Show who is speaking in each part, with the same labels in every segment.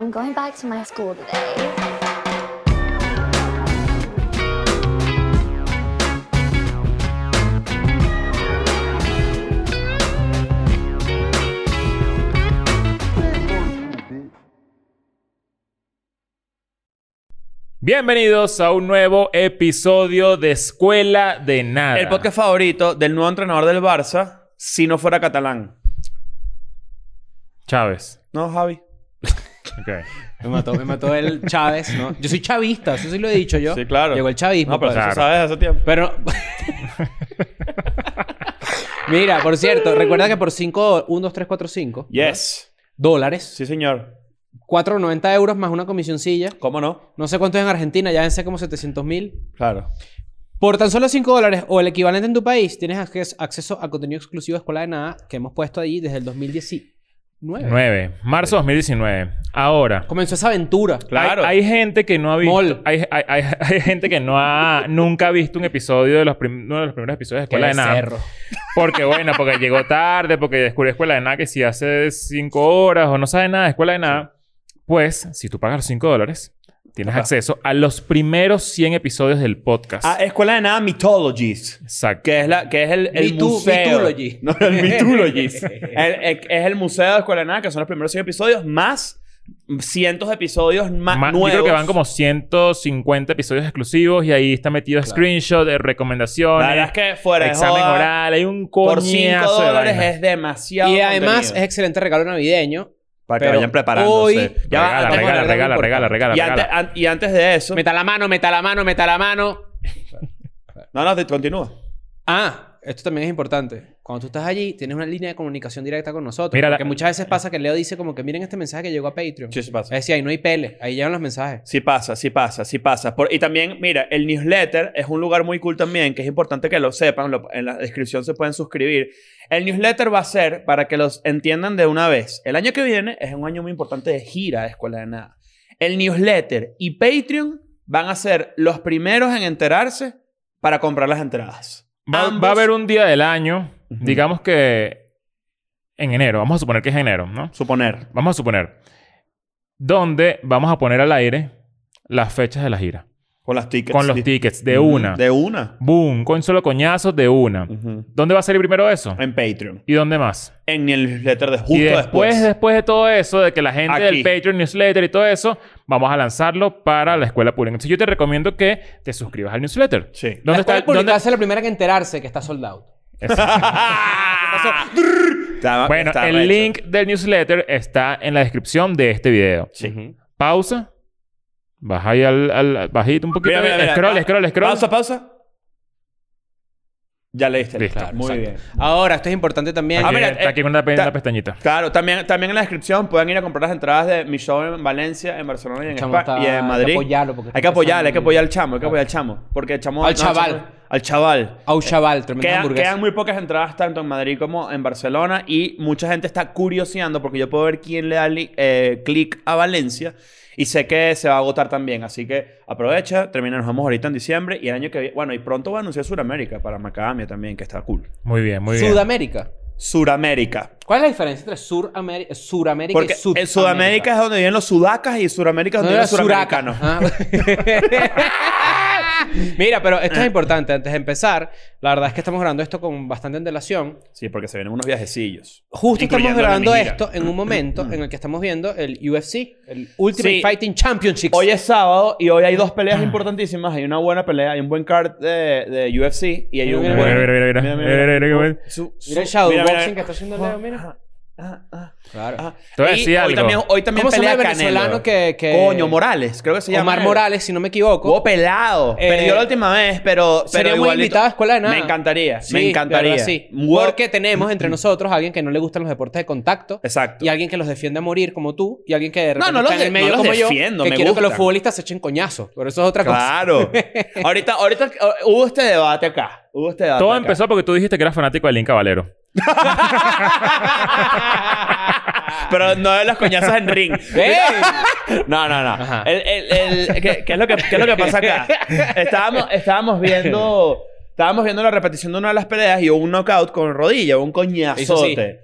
Speaker 1: I'm going back to my school today.
Speaker 2: Bienvenidos a un nuevo episodio de Escuela de Nada.
Speaker 3: El podcast favorito del nuevo entrenador del Barça, si no fuera catalán.
Speaker 2: Chávez.
Speaker 3: ¿No, Javi?
Speaker 2: Ok.
Speaker 4: Me mató, me mató el Chávez, ¿no? Yo soy chavista, eso sí lo he dicho yo.
Speaker 3: Sí, claro.
Speaker 4: Llegó el chavismo.
Speaker 3: No, pero
Speaker 2: pues.
Speaker 4: padre.
Speaker 3: eso sabes hace tiempo.
Speaker 4: Pero- Mira, por cierto, recuerda que por 5... 1, 2, 3, 4, 5
Speaker 3: Yes.
Speaker 4: dólares.
Speaker 3: Sí, señor.
Speaker 4: 4,90 euros más una comisioncilla.
Speaker 3: ¿Cómo no?
Speaker 4: No sé cuánto es en Argentina, ya deben ser como 700 mil.
Speaker 3: Claro.
Speaker 4: Por tan solo 5 dólares o el equivalente en tu país, tienes acces- acceso a contenido exclusivo de Escuela de Nada que hemos puesto ahí desde el 2019.
Speaker 2: 9. Marzo 2019. Ahora.
Speaker 4: Comenzó esa aventura.
Speaker 3: Claro.
Speaker 2: Hay, hay gente que no ha visto.
Speaker 4: Mol.
Speaker 2: Hay, hay- hay- hay gente que no ha nunca ha visto un episodio de los, prim- uno de los primeros episodios de
Speaker 4: Qué
Speaker 2: Escuela de Nada.
Speaker 4: becerro.
Speaker 2: Porque, bueno, porque llegó tarde, porque descubrió Escuela de Nada que si hace cinco horas o no sabe nada de Escuela de Nada, pues si tú pagas los 5 dólares, tienes
Speaker 3: Ajá.
Speaker 2: acceso a los primeros 100 episodios del podcast.
Speaker 3: Ah, Escuela de Nada Mythologies.
Speaker 2: Exacto.
Speaker 3: Que es, la, que es el, el
Speaker 4: Mitu-
Speaker 3: museo.
Speaker 4: Mythology.
Speaker 3: No, el Mythologies. El- el- es el museo de Escuela de Nada, que son los primeros 100 episodios, más cientos de episodios más
Speaker 2: Ma- yo
Speaker 3: nuevos.
Speaker 2: creo que van como 150 episodios exclusivos y ahí está metido screenshot de recomendaciones.
Speaker 3: La verdad es que fuera de
Speaker 2: examen
Speaker 3: joda,
Speaker 2: oral, hay un coñazo
Speaker 3: Por 5
Speaker 2: de
Speaker 3: dólares
Speaker 2: vaina.
Speaker 3: es demasiado
Speaker 4: Y además es
Speaker 3: contenido.
Speaker 4: excelente regalo navideño.
Speaker 3: Para que
Speaker 4: pero
Speaker 3: vayan preparándose.
Speaker 4: hoy-
Speaker 3: Ya
Speaker 2: regala,
Speaker 3: va- vamos a
Speaker 2: regala,
Speaker 3: hablar de
Speaker 2: regala,
Speaker 3: algo
Speaker 2: regala, regala,
Speaker 3: Y antes,
Speaker 2: regala.
Speaker 3: an- y antes de eso...
Speaker 4: Meta la mano, meta la mano, meta la mano.
Speaker 3: No, no, te- continúa.
Speaker 4: Ah, esto también es importante. Cuando tú estás allí, tienes una línea de comunicación directa con nosotros.
Speaker 2: Mira la-
Speaker 4: porque muchas veces pasa que Leo dice como que miren este mensaje que llegó a Patreon.
Speaker 3: Sí, sí pasa.
Speaker 4: Es decir, ahí no hay pele. Ahí llegan los mensajes.
Speaker 3: Sí pasa, sí pasa, sí pasa. Por- y también, mira, el newsletter es un lugar muy cool también, que es importante que lo sepan. lo- en la descripción se pueden suscribir. El newsletter va a ser para que los entiendan de una vez. El año que viene es un año muy importante de gira de Escuela de Nada. El newsletter y Patreon van a ser los primeros en enterarse para comprar las entradas.
Speaker 2: Va,
Speaker 3: Ambos-
Speaker 2: va a haber un día del año,
Speaker 3: Ujú.
Speaker 2: digamos que en enero, vamos a suponer que es enero, ¿no?
Speaker 3: Suponer.
Speaker 2: Vamos a suponer, donde vamos a poner al aire las fechas de la gira.
Speaker 3: Con las tickets.
Speaker 2: Con los
Speaker 3: Li-
Speaker 2: tickets, de
Speaker 3: Ujú,
Speaker 2: una.
Speaker 3: De una.
Speaker 2: Boom, con solo coñazos, de una.
Speaker 3: Ujú.
Speaker 2: ¿Dónde va a salir primero eso?
Speaker 3: En Patreon.
Speaker 2: ¿Y dónde más?
Speaker 3: En el newsletter de justo
Speaker 2: y después, después,
Speaker 3: después.
Speaker 2: de todo eso, de que la gente del
Speaker 3: Aquí.
Speaker 2: Patreon newsletter y todo eso, vamos a lanzarlo para la escuela pública. Entonces, yo te recomiendo que te suscribas al newsletter.
Speaker 3: Sí.
Speaker 4: la
Speaker 2: ¿Dónde está?
Speaker 4: escuela pública
Speaker 2: dónde-
Speaker 4: va a ser la primera que enterarse que está sold out.
Speaker 3: Está-
Speaker 2: Bueno,
Speaker 3: está
Speaker 2: el
Speaker 3: recho.
Speaker 2: link del newsletter está en la descripción de este video.
Speaker 3: Sí.
Speaker 2: Pausa. Baja ahí al, al bajito un poquito.
Speaker 3: Mira, mira, mira.
Speaker 2: scroll,
Speaker 3: Pa-
Speaker 2: scroll, scroll.
Speaker 3: Pausa, pausa. Ya leíste.
Speaker 2: Listo.
Speaker 3: Claro, Muy
Speaker 4: Exacto.
Speaker 3: bien.
Speaker 4: Ahora, esto es importante también.
Speaker 2: Aquí,
Speaker 3: Ah, mira,
Speaker 2: está
Speaker 3: eh,
Speaker 2: aquí con una, pe-
Speaker 3: ta-
Speaker 2: una pestañita.
Speaker 3: Claro, también, también en la descripción pueden ir a comprar las entradas de mi show en Valencia, en Barcelona y en,
Speaker 4: Chamo,
Speaker 3: España,
Speaker 4: está-
Speaker 3: y en Madrid.
Speaker 4: Hay que apoyarlo. porque
Speaker 3: Hay que
Speaker 4: está
Speaker 3: apoyarle, hay que
Speaker 4: empezando.
Speaker 3: apoyar al chamo, hay que apoyar al chamo. Porque el chamo.
Speaker 4: Al
Speaker 3: el chamo-
Speaker 4: chaval.
Speaker 3: al chaval.
Speaker 4: A un chaval, tremenda
Speaker 3: Quedan,
Speaker 4: hamburguesa.
Speaker 3: quedan muy pocas entradas tanto en Madrid como en Barcelona y mucha gente está curioseando porque yo puedo ver quién le da li- eh, clic a Valencia y sé que se va a agotar también. Así que aprovecha, termina, nos vamos ahorita en diciembre y el año que viene, bueno, y pronto va a anunciar Suramérica para Macadamia también, que está cool.
Speaker 2: Muy bien, muy bien.
Speaker 4: Sudamérica.
Speaker 3: Suramérica.
Speaker 4: ¿Cuál es la diferencia entre Suramérica, Suramérica
Speaker 3: Porque
Speaker 4: y Sudamérica?
Speaker 3: en Sudamérica es donde viven los sudacas y Suramérica es
Speaker 4: No
Speaker 3: donde
Speaker 4: era
Speaker 3: viven los
Speaker 4: suraca.
Speaker 3: suramericanos.
Speaker 4: Ah. Mira, pero esto es importante. Antes de empezar, la verdad es que estamos grabando esto con bastante antelación.
Speaker 3: Sí, porque se vienen unos viajecillos.
Speaker 4: Justo estamos
Speaker 3: Incluyendo la
Speaker 4: grabando
Speaker 3: mira.
Speaker 4: esto en un momento en el que estamos viendo el UFC, el Ultimate
Speaker 3: Sí.
Speaker 4: Fighting Championship.
Speaker 3: Hoy es sábado y hoy hay dos
Speaker 4: Ah.
Speaker 3: peleas importantísimas. Hay una buena pelea, hay un buen card de, de UFC y hay
Speaker 4: Mira,
Speaker 3: un
Speaker 4: mira,
Speaker 3: buen.
Speaker 2: mira, mira, mira. Mira, mira, mira.
Speaker 3: Su- su-
Speaker 4: mira el shadowboxing
Speaker 3: mira, mira.
Speaker 4: que está haciendo Leo, mira.
Speaker 3: Ah, ah,
Speaker 4: Claro.
Speaker 3: ah.
Speaker 2: Te voy a
Speaker 3: Y
Speaker 2: decir
Speaker 3: hoy
Speaker 2: algo.
Speaker 3: También, hoy también
Speaker 4: ¿Cómo se llama
Speaker 3: pelea
Speaker 4: el
Speaker 3: Canelo.
Speaker 4: venezolano que, que-
Speaker 3: Coño, Morales, creo que se llama.
Speaker 4: Omar
Speaker 3: él.
Speaker 4: Morales, si no me equivoco.
Speaker 3: Jugó pelado.
Speaker 4: Eh,
Speaker 3: Perdió la última vez, pero. pero
Speaker 4: Sería muy
Speaker 3: igualito.
Speaker 4: invitado a escuela de nada.
Speaker 3: Me encantaría,
Speaker 4: Sí,
Speaker 3: me
Speaker 4: de
Speaker 3: encantaría.
Speaker 4: verdad, sí.
Speaker 3: Un huevo-
Speaker 4: Porque tenemos entre nosotros a alguien que no le gustan los deportes de contacto.
Speaker 3: Exacto.
Speaker 4: Y alguien que los defiende a morir como tú. Y alguien que de
Speaker 3: No,
Speaker 4: repente
Speaker 3: no los
Speaker 4: está en el
Speaker 3: de-
Speaker 4: medio
Speaker 3: no los
Speaker 4: como
Speaker 3: defiendo,
Speaker 4: yo. Que
Speaker 3: me
Speaker 4: quiero que los
Speaker 3: gustan.
Speaker 4: futbolistas se echen coñazos. Pero eso es otra cosa.
Speaker 3: Claro. ahorita, ahorita oh, hubo este debate acá. Hubo este debate.
Speaker 2: Todo
Speaker 3: acá.
Speaker 2: empezó porque tú dijiste que eras fanático de Link Caballero.
Speaker 3: Pero no de las coñazas en ring. No, no, no.
Speaker 4: Ajá.
Speaker 3: El, el- el- ¿qué, qué es lo que, qué es lo que pasa acá? Estábamos, estábamos viendo... Estábamos viendo la repetición de una de las peleas y hubo un knockout con rodilla, un coñazote.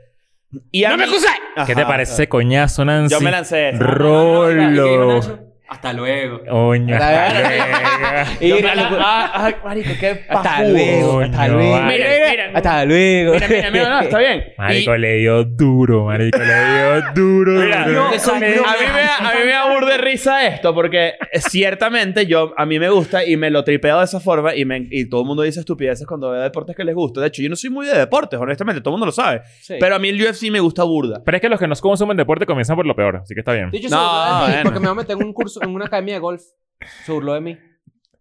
Speaker 3: Y a
Speaker 5: ¡No me
Speaker 3: mí-
Speaker 5: acusáis!
Speaker 2: ¿Qué te
Speaker 3: Ajá.
Speaker 2: parece ese coñazo, Nancy?
Speaker 3: Yo me lancé esa.
Speaker 2: Rolo.
Speaker 5: Hasta luego.
Speaker 2: Coño.
Speaker 4: Hasta
Speaker 3: Y
Speaker 4: Y-
Speaker 3: la- ah, ah, marico, qué
Speaker 4: Hasta
Speaker 3: pajudo.
Speaker 4: luego, hasta
Speaker 2: Coño,
Speaker 4: luego.
Speaker 2: vale.
Speaker 3: Mira, mira.
Speaker 4: Hasta luego.
Speaker 3: Mira, mira, mira, no, está bien. Y-
Speaker 2: Marico, le dio duro, marico, le dio duro.
Speaker 3: Mira,
Speaker 2: duro.
Speaker 3: yo soy- a, mí me, da- a mí me da burda de risa esto porque eh, ciertamente yo a mí me gusta y me lo tripeo de esa forma y, me- y todo el mundo dice estupideces cuando ve deportes que les gusta. De hecho, yo no soy muy de deportes, honestamente, todo el mundo lo sabe.
Speaker 4: Sí.
Speaker 3: Pero a mí el UFC me gusta burda.
Speaker 2: Pero es que los que nos consumen deporte comienzan por lo peor, así que está bien.
Speaker 4: De hecho,
Speaker 3: No,
Speaker 4: se burló de mí,
Speaker 3: bueno.
Speaker 4: porque me voy a meter en un curso, en una academia de golf. Se burló de mí.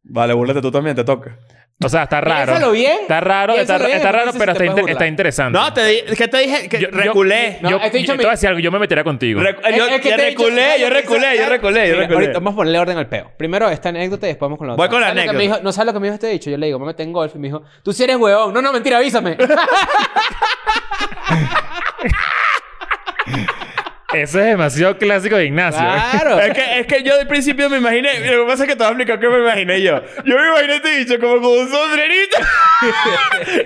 Speaker 3: Vale, búrlate tú también, te toca.
Speaker 2: O sea, está
Speaker 4: Piénsalo
Speaker 2: raro.
Speaker 4: bien.
Speaker 2: Está raro, está,
Speaker 4: Piénsalo bien,
Speaker 2: está raro,
Speaker 4: entonces
Speaker 2: pero
Speaker 4: si te puedes
Speaker 2: está, inter- está
Speaker 4: burlar.
Speaker 2: interesante.
Speaker 3: No, te, di- ¿qué te dije? Que
Speaker 2: Yo- yo-
Speaker 3: reculé.
Speaker 2: Yo,
Speaker 4: No, este
Speaker 2: yo
Speaker 4: dicho
Speaker 2: te
Speaker 4: me-
Speaker 2: voy a decir algo, yo me metería contigo.
Speaker 3: Recu- yo,
Speaker 4: Es- es que
Speaker 3: yo
Speaker 4: te he dicho-
Speaker 3: reculé, yo reculé, yo reculé, yo
Speaker 4: Mira,
Speaker 3: reculé.
Speaker 4: Ahorita vamos a ponerle orden al peo. Primero esta anécdota y después vamos con la otra.
Speaker 3: Voy con la
Speaker 4: ¿Sabes lo que me
Speaker 3: anécdota.
Speaker 4: dijo? no sabes lo que me dijo este dicho. Yo le digo, me metí en golf. Y me dijo, tú sí eres huevón. No, no, mentira, avísame.
Speaker 2: Eso es demasiado clásico de Ignacio.
Speaker 4: claro.
Speaker 3: Es que, es que yo al principio me imaginé, lo que pasa es que te voy a explicar qué me imaginé yo. Yo me imaginé este bicho como con un sombrerito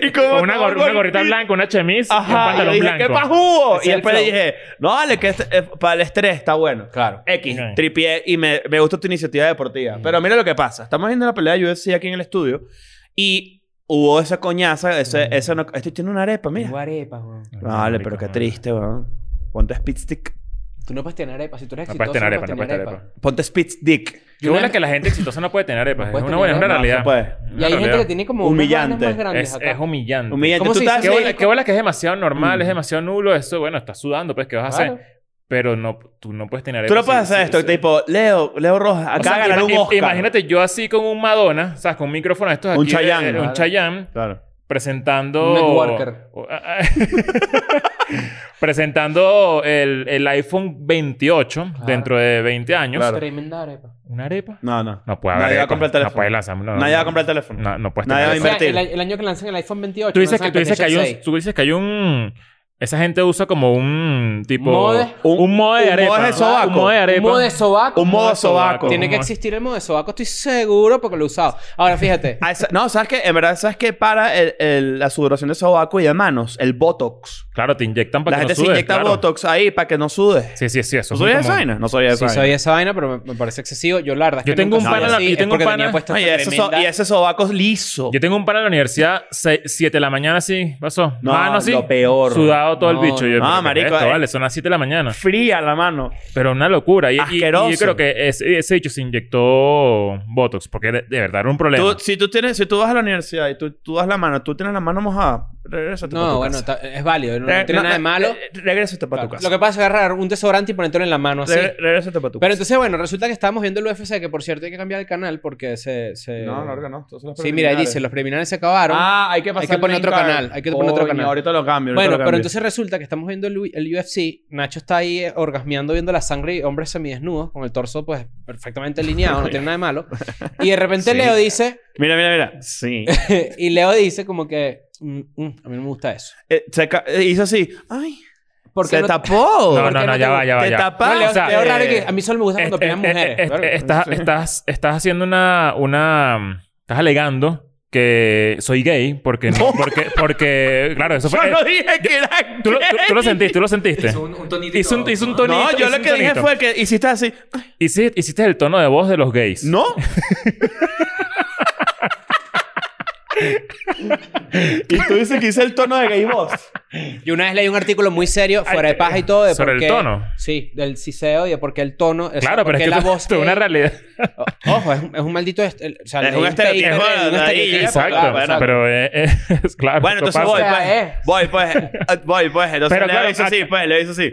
Speaker 3: y como
Speaker 2: Con una,
Speaker 3: todo
Speaker 2: gor- una gorrita
Speaker 3: golpeado.
Speaker 2: blanca, una chemise y un
Speaker 3: Ajá, y yo
Speaker 2: pantalón
Speaker 3: dije,
Speaker 2: blanco.
Speaker 3: ¿qué pajugo?
Speaker 4: Es
Speaker 3: Y
Speaker 4: el
Speaker 3: después le
Speaker 4: flow.
Speaker 3: dije, no, vale, que es- eh, para el estrés está bueno.
Speaker 4: Claro.
Speaker 3: X,
Speaker 2: Ok. Mm.
Speaker 3: tripié y me, me gusta tu iniciativa deportiva. Pero mira lo que pasa. Estamos viendo la pelea de UFC aquí en el estudio y hubo esa coñaza,
Speaker 2: Mm.
Speaker 3: ese, ese no- este tiene una arepa, mira.
Speaker 4: arepas, huevón.
Speaker 3: Vale, pero qué triste, weón. Ponte speed stick.
Speaker 4: Tú no puedes tener arepas. Si tú eres
Speaker 2: No
Speaker 4: exitoso,
Speaker 2: puedes tener arepa, no puedes tener
Speaker 4: arepas.
Speaker 2: arepa.
Speaker 3: Ponte speed dick.
Speaker 2: Yo bueno que la gente exitosa no puede tener arepas.
Speaker 4: No puede
Speaker 2: Es una
Speaker 4: tener
Speaker 2: buena, es una
Speaker 4: arepas.
Speaker 2: realidad.
Speaker 3: No pues. puede.
Speaker 2: Es
Speaker 4: Y
Speaker 2: una
Speaker 4: hay gente
Speaker 2: realidad.
Speaker 4: que tiene como unas
Speaker 3: Humillante.
Speaker 4: vainas más grandes
Speaker 2: Es,
Speaker 4: acá.
Speaker 2: es humillante.
Speaker 3: Humillante.
Speaker 4: ¿Cómo
Speaker 3: Tú
Speaker 4: se
Speaker 3: estás-
Speaker 4: dice?
Speaker 2: Qué bola, qué bola que es demasiado normal,
Speaker 3: Mm.
Speaker 2: es demasiado nulo eso. Bueno, estás sudando, pues, ¿qué vas a
Speaker 4: Claro.
Speaker 2: hacer? Pero no, tú no puedes tener
Speaker 3: Tú no
Speaker 2: arepas
Speaker 3: puedes
Speaker 2: si-
Speaker 3: hacer
Speaker 2: si-
Speaker 3: esto,
Speaker 2: si-
Speaker 3: tipo, Leo, Leo Rojas,
Speaker 2: O sea,
Speaker 3: acaba de ganar
Speaker 2: ima-
Speaker 3: un
Speaker 2: im-
Speaker 3: Oscar.
Speaker 2: Imagínate yo así con un Madonna, ¿sabes? Con un micrófono de estos aquí.
Speaker 3: Un
Speaker 2: de-
Speaker 3: Chayanne,
Speaker 2: de-
Speaker 3: claro.
Speaker 2: Un Chayán.
Speaker 3: Claro.
Speaker 2: Presentando...
Speaker 4: Un networker.
Speaker 2: o- a- a- presentando el, el iPhone 28 dentro de 20 años.
Speaker 3: Claro.
Speaker 4: Tremenda arepa.
Speaker 2: ¿Una arepa?
Speaker 3: No, no.
Speaker 2: No puede haber
Speaker 3: Nadie va a
Speaker 2: arepa.
Speaker 3: comprar el teléfono.
Speaker 2: No puede lanzar. no, no,
Speaker 3: Nadie
Speaker 2: no.
Speaker 3: va a comprar el teléfono.
Speaker 2: No, no puedes
Speaker 3: Nadie
Speaker 2: tener
Speaker 3: va a
Speaker 2: arepa.
Speaker 4: O sea,
Speaker 3: Invertir.
Speaker 4: el, el año que lanzan el iPhone 28.
Speaker 2: Tú dices,
Speaker 4: lanzan
Speaker 2: que,
Speaker 4: el
Speaker 2: tú, dices que hay
Speaker 4: PlayStation
Speaker 2: un, tú dices que hay un... Esa gente usa como un tipo...
Speaker 4: Mode.
Speaker 2: Un, un mode de
Speaker 3: Un
Speaker 2: arepa.
Speaker 3: modo de sobaco.
Speaker 2: Un mode de arepa.
Speaker 4: Un modo de sobaco.
Speaker 3: Un modo sobaco.
Speaker 4: Tiene que existir el modo de sobaco, estoy seguro, porque lo he usado. Ahora, fíjate.
Speaker 3: Ah, esa- no, ¿sabes qué? En verdad, ¿sabes qué? Para el- el- la sudoración de sobaco y de manos, el Botox.
Speaker 2: Claro, te inyectan para que
Speaker 3: la gente
Speaker 2: no sudes,
Speaker 3: se inyecta
Speaker 2: claro.
Speaker 3: Botox ahí para que no sudes.
Speaker 2: Sí, sí, sí. Eso
Speaker 3: ¿No
Speaker 2: es muy
Speaker 3: sabías esa
Speaker 2: común.
Speaker 3: vaina? No sabía esa
Speaker 4: Sí,
Speaker 3: vaina.
Speaker 4: sabía esa vaina, pero me, me parece excesivo. Yo, la verdad, es
Speaker 2: Yo
Speaker 4: que
Speaker 2: tengo
Speaker 4: nunca
Speaker 2: un pana-
Speaker 4: sabía. Sí,
Speaker 2: yo
Speaker 4: es
Speaker 2: tengo
Speaker 4: porque
Speaker 2: un
Speaker 4: tenía
Speaker 2: pana-
Speaker 4: puesto
Speaker 3: No, y,
Speaker 4: esta
Speaker 3: ese so-
Speaker 4: tremenda-
Speaker 3: y ese sobaco es liso.
Speaker 2: Yo tengo un pana en la universidad, 7 de la mañana así, pasó.
Speaker 3: No,
Speaker 2: Mano así,
Speaker 3: lo peor.
Speaker 2: Sudado todo
Speaker 4: No,
Speaker 2: el bicho. Yo,
Speaker 3: no,
Speaker 2: pero, ¿qué
Speaker 3: marico,
Speaker 2: es esto,
Speaker 3: eh.
Speaker 2: vale, son las 7 de la mañana.
Speaker 3: Fría la mano.
Speaker 2: Pero una locura. Y, y- y
Speaker 3: Asqueroso.
Speaker 2: yo creo que ese, ese bicho se inyectó Botox, porque de, de verdad era un problema.
Speaker 3: Tú- si, tú tienes, si tú vas a la universidad y tú, tú das la mano, tú tienes la mano mojada, regrésate para
Speaker 4: No,
Speaker 3: tu
Speaker 4: bueno,
Speaker 3: casa.
Speaker 4: ta- es válido. No, no
Speaker 2: Eh,
Speaker 3: Re-
Speaker 4: tiene
Speaker 3: no,
Speaker 4: nada de
Speaker 3: no,
Speaker 4: malo.
Speaker 3: re- Regrésate para tu
Speaker 4: Claro.
Speaker 3: casa.
Speaker 4: Lo que pasa es agarrar un desodorante y ponértelo en la mano así.
Speaker 3: Re- Regrésate para tu
Speaker 4: Pero
Speaker 3: casa.
Speaker 4: entonces, bueno, resulta que estábamos viendo el UFC, que por cierto hay que cambiar el canal porque se... se-
Speaker 3: no. Estos son los
Speaker 4: Sí, mira, ahí
Speaker 3: preliminares.
Speaker 4: dice, los preliminares se acabaron.
Speaker 3: Ah, hay que pasar
Speaker 4: Hay que poner
Speaker 3: el
Speaker 4: otro
Speaker 3: link
Speaker 4: canal,
Speaker 3: a-
Speaker 4: hay que poner otro
Speaker 3: Coño,
Speaker 4: canal.
Speaker 3: Ahorita lo cambio. ahorita
Speaker 4: Bueno,
Speaker 3: lo
Speaker 4: pero
Speaker 3: cambio.
Speaker 4: entonces resulta que estamos viendo el, U- el UFC. Nacho está ahí eh, orgasmeando viendo la sangre y hombres semidesnudos con el torso pues perfectamente alineado, no tiene nada de malo. Y de repente
Speaker 3: Sí.
Speaker 4: Leo dice,
Speaker 3: Mira, mira, mira. Sí.
Speaker 4: y Leo dice como que, "Mm, mm, a mí no me gusta eso.
Speaker 3: Eh, se ca- eh, hizo así. ¡Ay!
Speaker 4: Porque
Speaker 3: se
Speaker 4: no,
Speaker 3: tapó.
Speaker 2: no,
Speaker 4: ¿por
Speaker 2: no,
Speaker 4: qué
Speaker 2: no,
Speaker 4: no
Speaker 2: ya
Speaker 4: te-
Speaker 2: va, ya va.
Speaker 3: te
Speaker 2: ya.
Speaker 3: tapas.
Speaker 4: no, Leo,
Speaker 2: o sea,
Speaker 4: Leo raro que a mí solo me gusta
Speaker 2: Este-
Speaker 4: cuando pelean
Speaker 2: este-
Speaker 4: mujeres.
Speaker 2: este-
Speaker 4: Claro.
Speaker 2: estás, estás, estás haciendo una, una... Estás alegando que soy gay porque... No. Porque, porque... Claro, eso fue... eh,
Speaker 3: Yo no dije que era.
Speaker 2: tú, lo, tú-
Speaker 3: gay.
Speaker 2: tú lo sentiste, tú lo sentiste.
Speaker 5: Hizo un, un tonito. y
Speaker 2: Hizo un,
Speaker 5: todo.
Speaker 2: hizo un tonito.
Speaker 3: no, yo
Speaker 2: hizo
Speaker 3: lo
Speaker 2: un
Speaker 3: que dije
Speaker 2: tonito.
Speaker 3: fue que hiciste así.
Speaker 2: Hiciste, hiciste el tono de voz de los gays.
Speaker 3: No. y tú dices que hice el tono de gay voz.
Speaker 4: Yo una vez leí un artículo muy serio, fuera de paja y todo, de
Speaker 2: ¿Sobre
Speaker 4: por
Speaker 2: el
Speaker 4: qué-
Speaker 2: tono?
Speaker 4: Sí, del ciseo y de por qué el tono... o sea,
Speaker 2: Claro,
Speaker 4: por
Speaker 2: pero es
Speaker 4: qué
Speaker 2: que
Speaker 4: la
Speaker 2: tú-
Speaker 4: voz
Speaker 2: tú
Speaker 4: que-
Speaker 2: una realidad.
Speaker 4: O- Ojo, es un, es un maldito... est- el- o sea,
Speaker 3: Es
Speaker 4: leí
Speaker 3: un estereotipo,
Speaker 4: paper,
Speaker 3: ahí,
Speaker 4: un estereotipo,
Speaker 2: Exacto.
Speaker 4: claro,
Speaker 3: bueno,
Speaker 4: exacto.
Speaker 2: pero eh, eh, es claro.
Speaker 3: Bueno,
Speaker 2: esto
Speaker 3: entonces voy,
Speaker 2: pasa.
Speaker 4: O sea,
Speaker 3: pues.
Speaker 4: es.
Speaker 3: Voy, pues. eh, Voy, pues. Entonces
Speaker 2: Pero
Speaker 3: Leo
Speaker 2: claro, ah,
Speaker 3: hizo así, pues. Leo hizo así.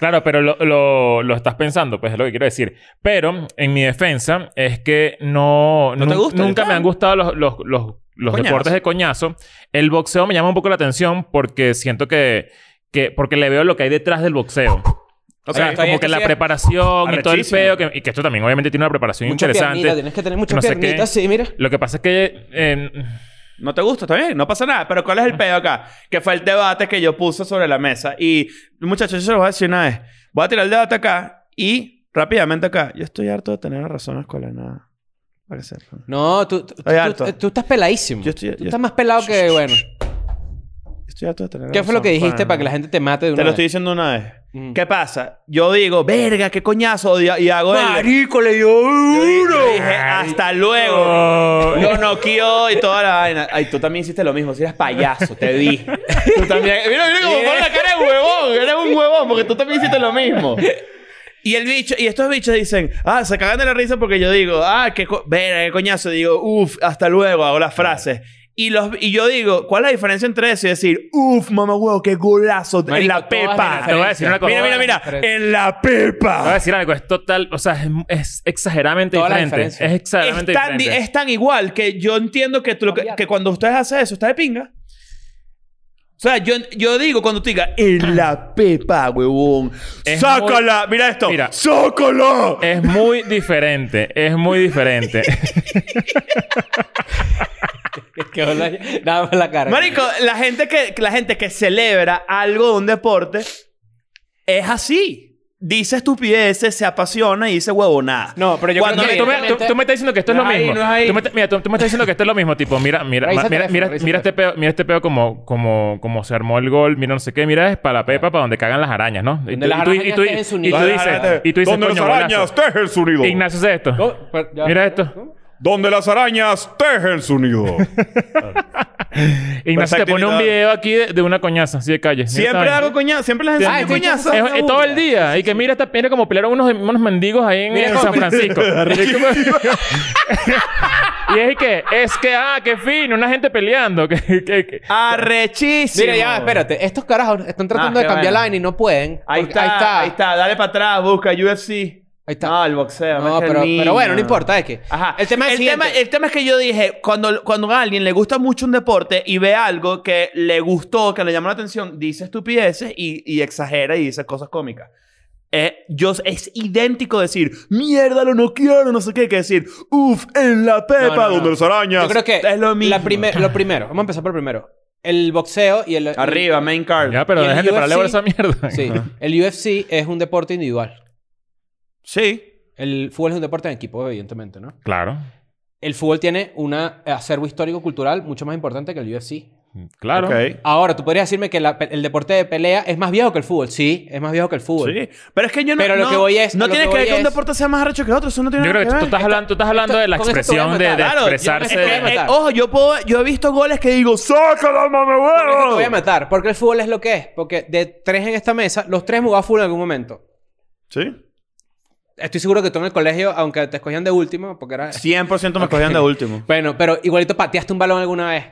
Speaker 2: Claro, pero lo, lo, lo estás pensando, pues es lo que quiero decir. Pero en mi defensa es que no,
Speaker 3: ¿No te
Speaker 2: nun-
Speaker 3: gusta? Ya
Speaker 2: nunca
Speaker 3: está.
Speaker 2: me han gustado los, los, los, los
Speaker 3: Coñazo.
Speaker 2: deportes de coñazo. El boxeo me llama un poco la atención porque siento que, que porque le veo lo que hay detrás del boxeo. O sea,
Speaker 4: Ok.
Speaker 2: como que la preparación y todo el peo,
Speaker 3: Arrechísimo.
Speaker 2: que, y que esto también obviamente tiene una preparación
Speaker 4: Mucha
Speaker 2: interesante.
Speaker 4: piernita, tienes que tener muchas
Speaker 2: no sé qué.
Speaker 4: piernitas, sí, mira.
Speaker 2: Lo que pasa es que eh,
Speaker 3: No te gusta, está bien, no pasa nada. Pero ¿cuál es el pedo acá? Que fue el debate que yo puse sobre la mesa. Y, muchachos, yo se los voy a decir una vez. Voy a tirar el debate acá y rápidamente acá. Yo estoy harto de tener razones con la nada. Para que sepan.
Speaker 4: No, tú, tú,
Speaker 3: Estoy
Speaker 4: tú-
Speaker 3: harto.
Speaker 4: tú estás peladísimo.
Speaker 3: Yo estoy-
Speaker 4: tú
Speaker 3: yo-
Speaker 4: estás más pelado que, bueno.
Speaker 3: Estoy harto de tener
Speaker 4: ¿Qué fue lo
Speaker 3: razón,
Speaker 4: que dijiste
Speaker 3: pana.
Speaker 4: para que la gente te mate de una
Speaker 3: Te lo
Speaker 4: vez?
Speaker 3: estoy diciendo una vez.
Speaker 4: Mm.
Speaker 3: ¿Qué pasa? Yo digo, verga, qué coñazo. Y, y hago el.
Speaker 4: ¡Marico, le dio
Speaker 3: Yo di-
Speaker 4: duro!
Speaker 3: yo dije, hasta luego.
Speaker 2: Oh.
Speaker 3: Lo noqueó y toda la vaina. Ay, tú también hiciste lo mismo. Si eras payaso, te vi. Tú también. Mira, mira cómo pone la cara de huevón. Eres un huevón porque tú también hiciste lo mismo. Y el bicho, y estos bichos dicen, ah, se cagan de la risa porque yo digo, ah, qué, co verga, qué coñazo. Digo, uff, hasta luego, hago las frases. Y, los, y yo digo, ¿cuál es la diferencia entre eso y decir, uff, mamá huevo, qué golazo en
Speaker 4: Marico,
Speaker 3: la
Speaker 4: todas las
Speaker 3: pepa?
Speaker 2: Te voy a decir una cosa.
Speaker 3: Mira, mira, mira, en la
Speaker 2: Te voy a
Speaker 3: pepa.
Speaker 2: decir algo. Es total... O sea, es, es exageradamente
Speaker 4: Toda la
Speaker 2: diferente. Es
Speaker 4: diferencia.
Speaker 3: Es
Speaker 2: exageradamente
Speaker 3: tan, di-
Speaker 2: diferente.
Speaker 3: es tan igual que yo entiendo que, tú lo que, que cuando ustedes hacen eso, está de pinga. O sea, yo, yo digo cuando tú digas, en la pepa, huevón.
Speaker 2: Es
Speaker 3: ¡Sácala! Mira esto.
Speaker 2: Mira.
Speaker 3: ¡Sácala!
Speaker 2: Es muy diferente. Es muy diferente.
Speaker 4: Que hola, nada más la cara.
Speaker 3: Marico, la gente que, la gente que celebra algo de un deporte es así. Dice estupideces, se apasiona y dice huevonada.
Speaker 4: No, pero yo
Speaker 3: Cuando
Speaker 4: creo que...
Speaker 2: tú, me, tú-
Speaker 4: evidentemente-
Speaker 2: tú me estás diciendo que esto
Speaker 4: No
Speaker 2: es lo
Speaker 4: es ahí,
Speaker 2: mismo.
Speaker 4: no es ahí.
Speaker 2: Tú me estás- mira, tú, tú me estás diciendo que esto es lo mismo. Tipo, mira, mira,
Speaker 4: Revisa
Speaker 2: ma-
Speaker 4: el
Speaker 2: mira,
Speaker 4: teléfono,
Speaker 2: mira,
Speaker 4: revisa el
Speaker 2: mira este peo, mira este peo como, como, como se armó el gol. Mira, no sé qué. Mira, es para la pepa, para donde cagan las arañas, ¿no? Y
Speaker 4: Donde
Speaker 2: tú-
Speaker 4: las
Speaker 2: y tú- y
Speaker 4: arañas
Speaker 2: tú-
Speaker 4: tejen su
Speaker 2: y
Speaker 4: nido.
Speaker 2: tú
Speaker 4: Las
Speaker 2: dices,
Speaker 5: arañas-
Speaker 2: y tú dices,
Speaker 5: ¿Dónde las
Speaker 2: coño,
Speaker 5: arañas
Speaker 2: golazo.
Speaker 5: tejen su nido?
Speaker 2: Ignacio, hace esto.
Speaker 4: Oh, pero ya-
Speaker 2: Mira esto.
Speaker 5: ¿Dónde las arañas tejen su nido?
Speaker 2: Ignacio te
Speaker 3: Perfecto
Speaker 2: pone un
Speaker 3: imitador.
Speaker 2: video aquí de, de una coñaza, así de calle. Mira esta
Speaker 3: Siempre
Speaker 2: vaina.
Speaker 3: hago coñazo, siempre les enseño
Speaker 4: Ah, este bicho
Speaker 3: coñazo.
Speaker 4: hace-
Speaker 2: Es-
Speaker 4: una
Speaker 2: es todo
Speaker 4: burla.
Speaker 2: el día. y que mira, esta, mira como pelearon unos, unos mendigos ahí en,
Speaker 4: Mira
Speaker 2: en
Speaker 4: cómo-
Speaker 2: San Francisco. y es como- y es que, es que, ah, qué fino, una gente peleando. que- que- que-
Speaker 3: Arrechísimo.
Speaker 4: Mira, ya, espérate. Estos carajos están tratando
Speaker 3: Ah,
Speaker 4: de
Speaker 3: qué
Speaker 4: cambiar
Speaker 3: bueno.
Speaker 4: la vaina y no pueden.
Speaker 3: Ahí
Speaker 4: porque-
Speaker 3: está, ahí está, Dale para atrás, busca UFC.
Speaker 4: Ahí está.
Speaker 3: No, Ah, el boxeo.
Speaker 4: No,
Speaker 3: es que
Speaker 4: pero,
Speaker 3: niño.
Speaker 4: pero bueno, no importa, es que.
Speaker 3: Ajá.
Speaker 4: El tema es el,
Speaker 3: el tema, el tema es que yo dije, cuando, cuando a alguien le gusta mucho un deporte y ve algo que le gustó, que le llamó la atención, dice estupideces y, y exagera y dice cosas cómicas. Eh, yo, es idéntico decir, mierda, lo no quiero, no sé qué, que decir, uff, en la pepa,
Speaker 4: No, no, no.
Speaker 3: donde las arañas.
Speaker 4: Yo creo que
Speaker 3: es lo mismo.
Speaker 4: la prime- lo primero, vamos a empezar por lo primero. El boxeo y el y-
Speaker 3: Arriba, main card.
Speaker 2: ya, pero
Speaker 4: Y el
Speaker 2: dejen de pararle
Speaker 4: UFC
Speaker 2: por esa mierda.
Speaker 4: sí, el UFC es un deporte individual.
Speaker 3: Sí.
Speaker 4: El fútbol es un deporte en equipo, evidentemente, ¿no?
Speaker 2: Claro.
Speaker 4: El fútbol tiene un acervo histórico cultural mucho más importante que el UFC.
Speaker 2: Claro.
Speaker 3: Ok.
Speaker 4: Ahora, tú podrías decirme que la pe- el deporte de pelea es más viejo que el fútbol. Sí, es más viejo que el fútbol.
Speaker 3: Sí. Pero es que yo no.
Speaker 4: Pero lo
Speaker 3: no-
Speaker 4: que voy es-
Speaker 3: No
Speaker 4: a lo
Speaker 3: tiene
Speaker 4: que
Speaker 3: que ver
Speaker 4: voy
Speaker 3: que un
Speaker 4: es-
Speaker 3: deporte sea más arrecho que otro. Eso no tiene
Speaker 2: Yo creo
Speaker 3: nada
Speaker 2: que tú
Speaker 3: ver.
Speaker 2: estás hablando, tú estás hablando de la
Speaker 4: con esto te voy a
Speaker 2: expresión de, de
Speaker 4: matar.
Speaker 3: Claro, yo-
Speaker 2: expresarse.
Speaker 3: es que-
Speaker 4: de-
Speaker 3: eh, ojo, yo puedo, yo he visto goles que digo, ¡sácala, mame
Speaker 4: Por eso te voy a
Speaker 3: huevo!
Speaker 4: matar, porque el fútbol es lo que es. Porque de tres en esta mesa, los tres jugaban fútbol en algún momento.
Speaker 5: ¿Sí?
Speaker 4: Estoy seguro que tú en el colegio, aunque te escogían de último, porque era...
Speaker 3: 100% me cogían de último.
Speaker 4: Bueno, pero igualito pateaste un balón alguna vez.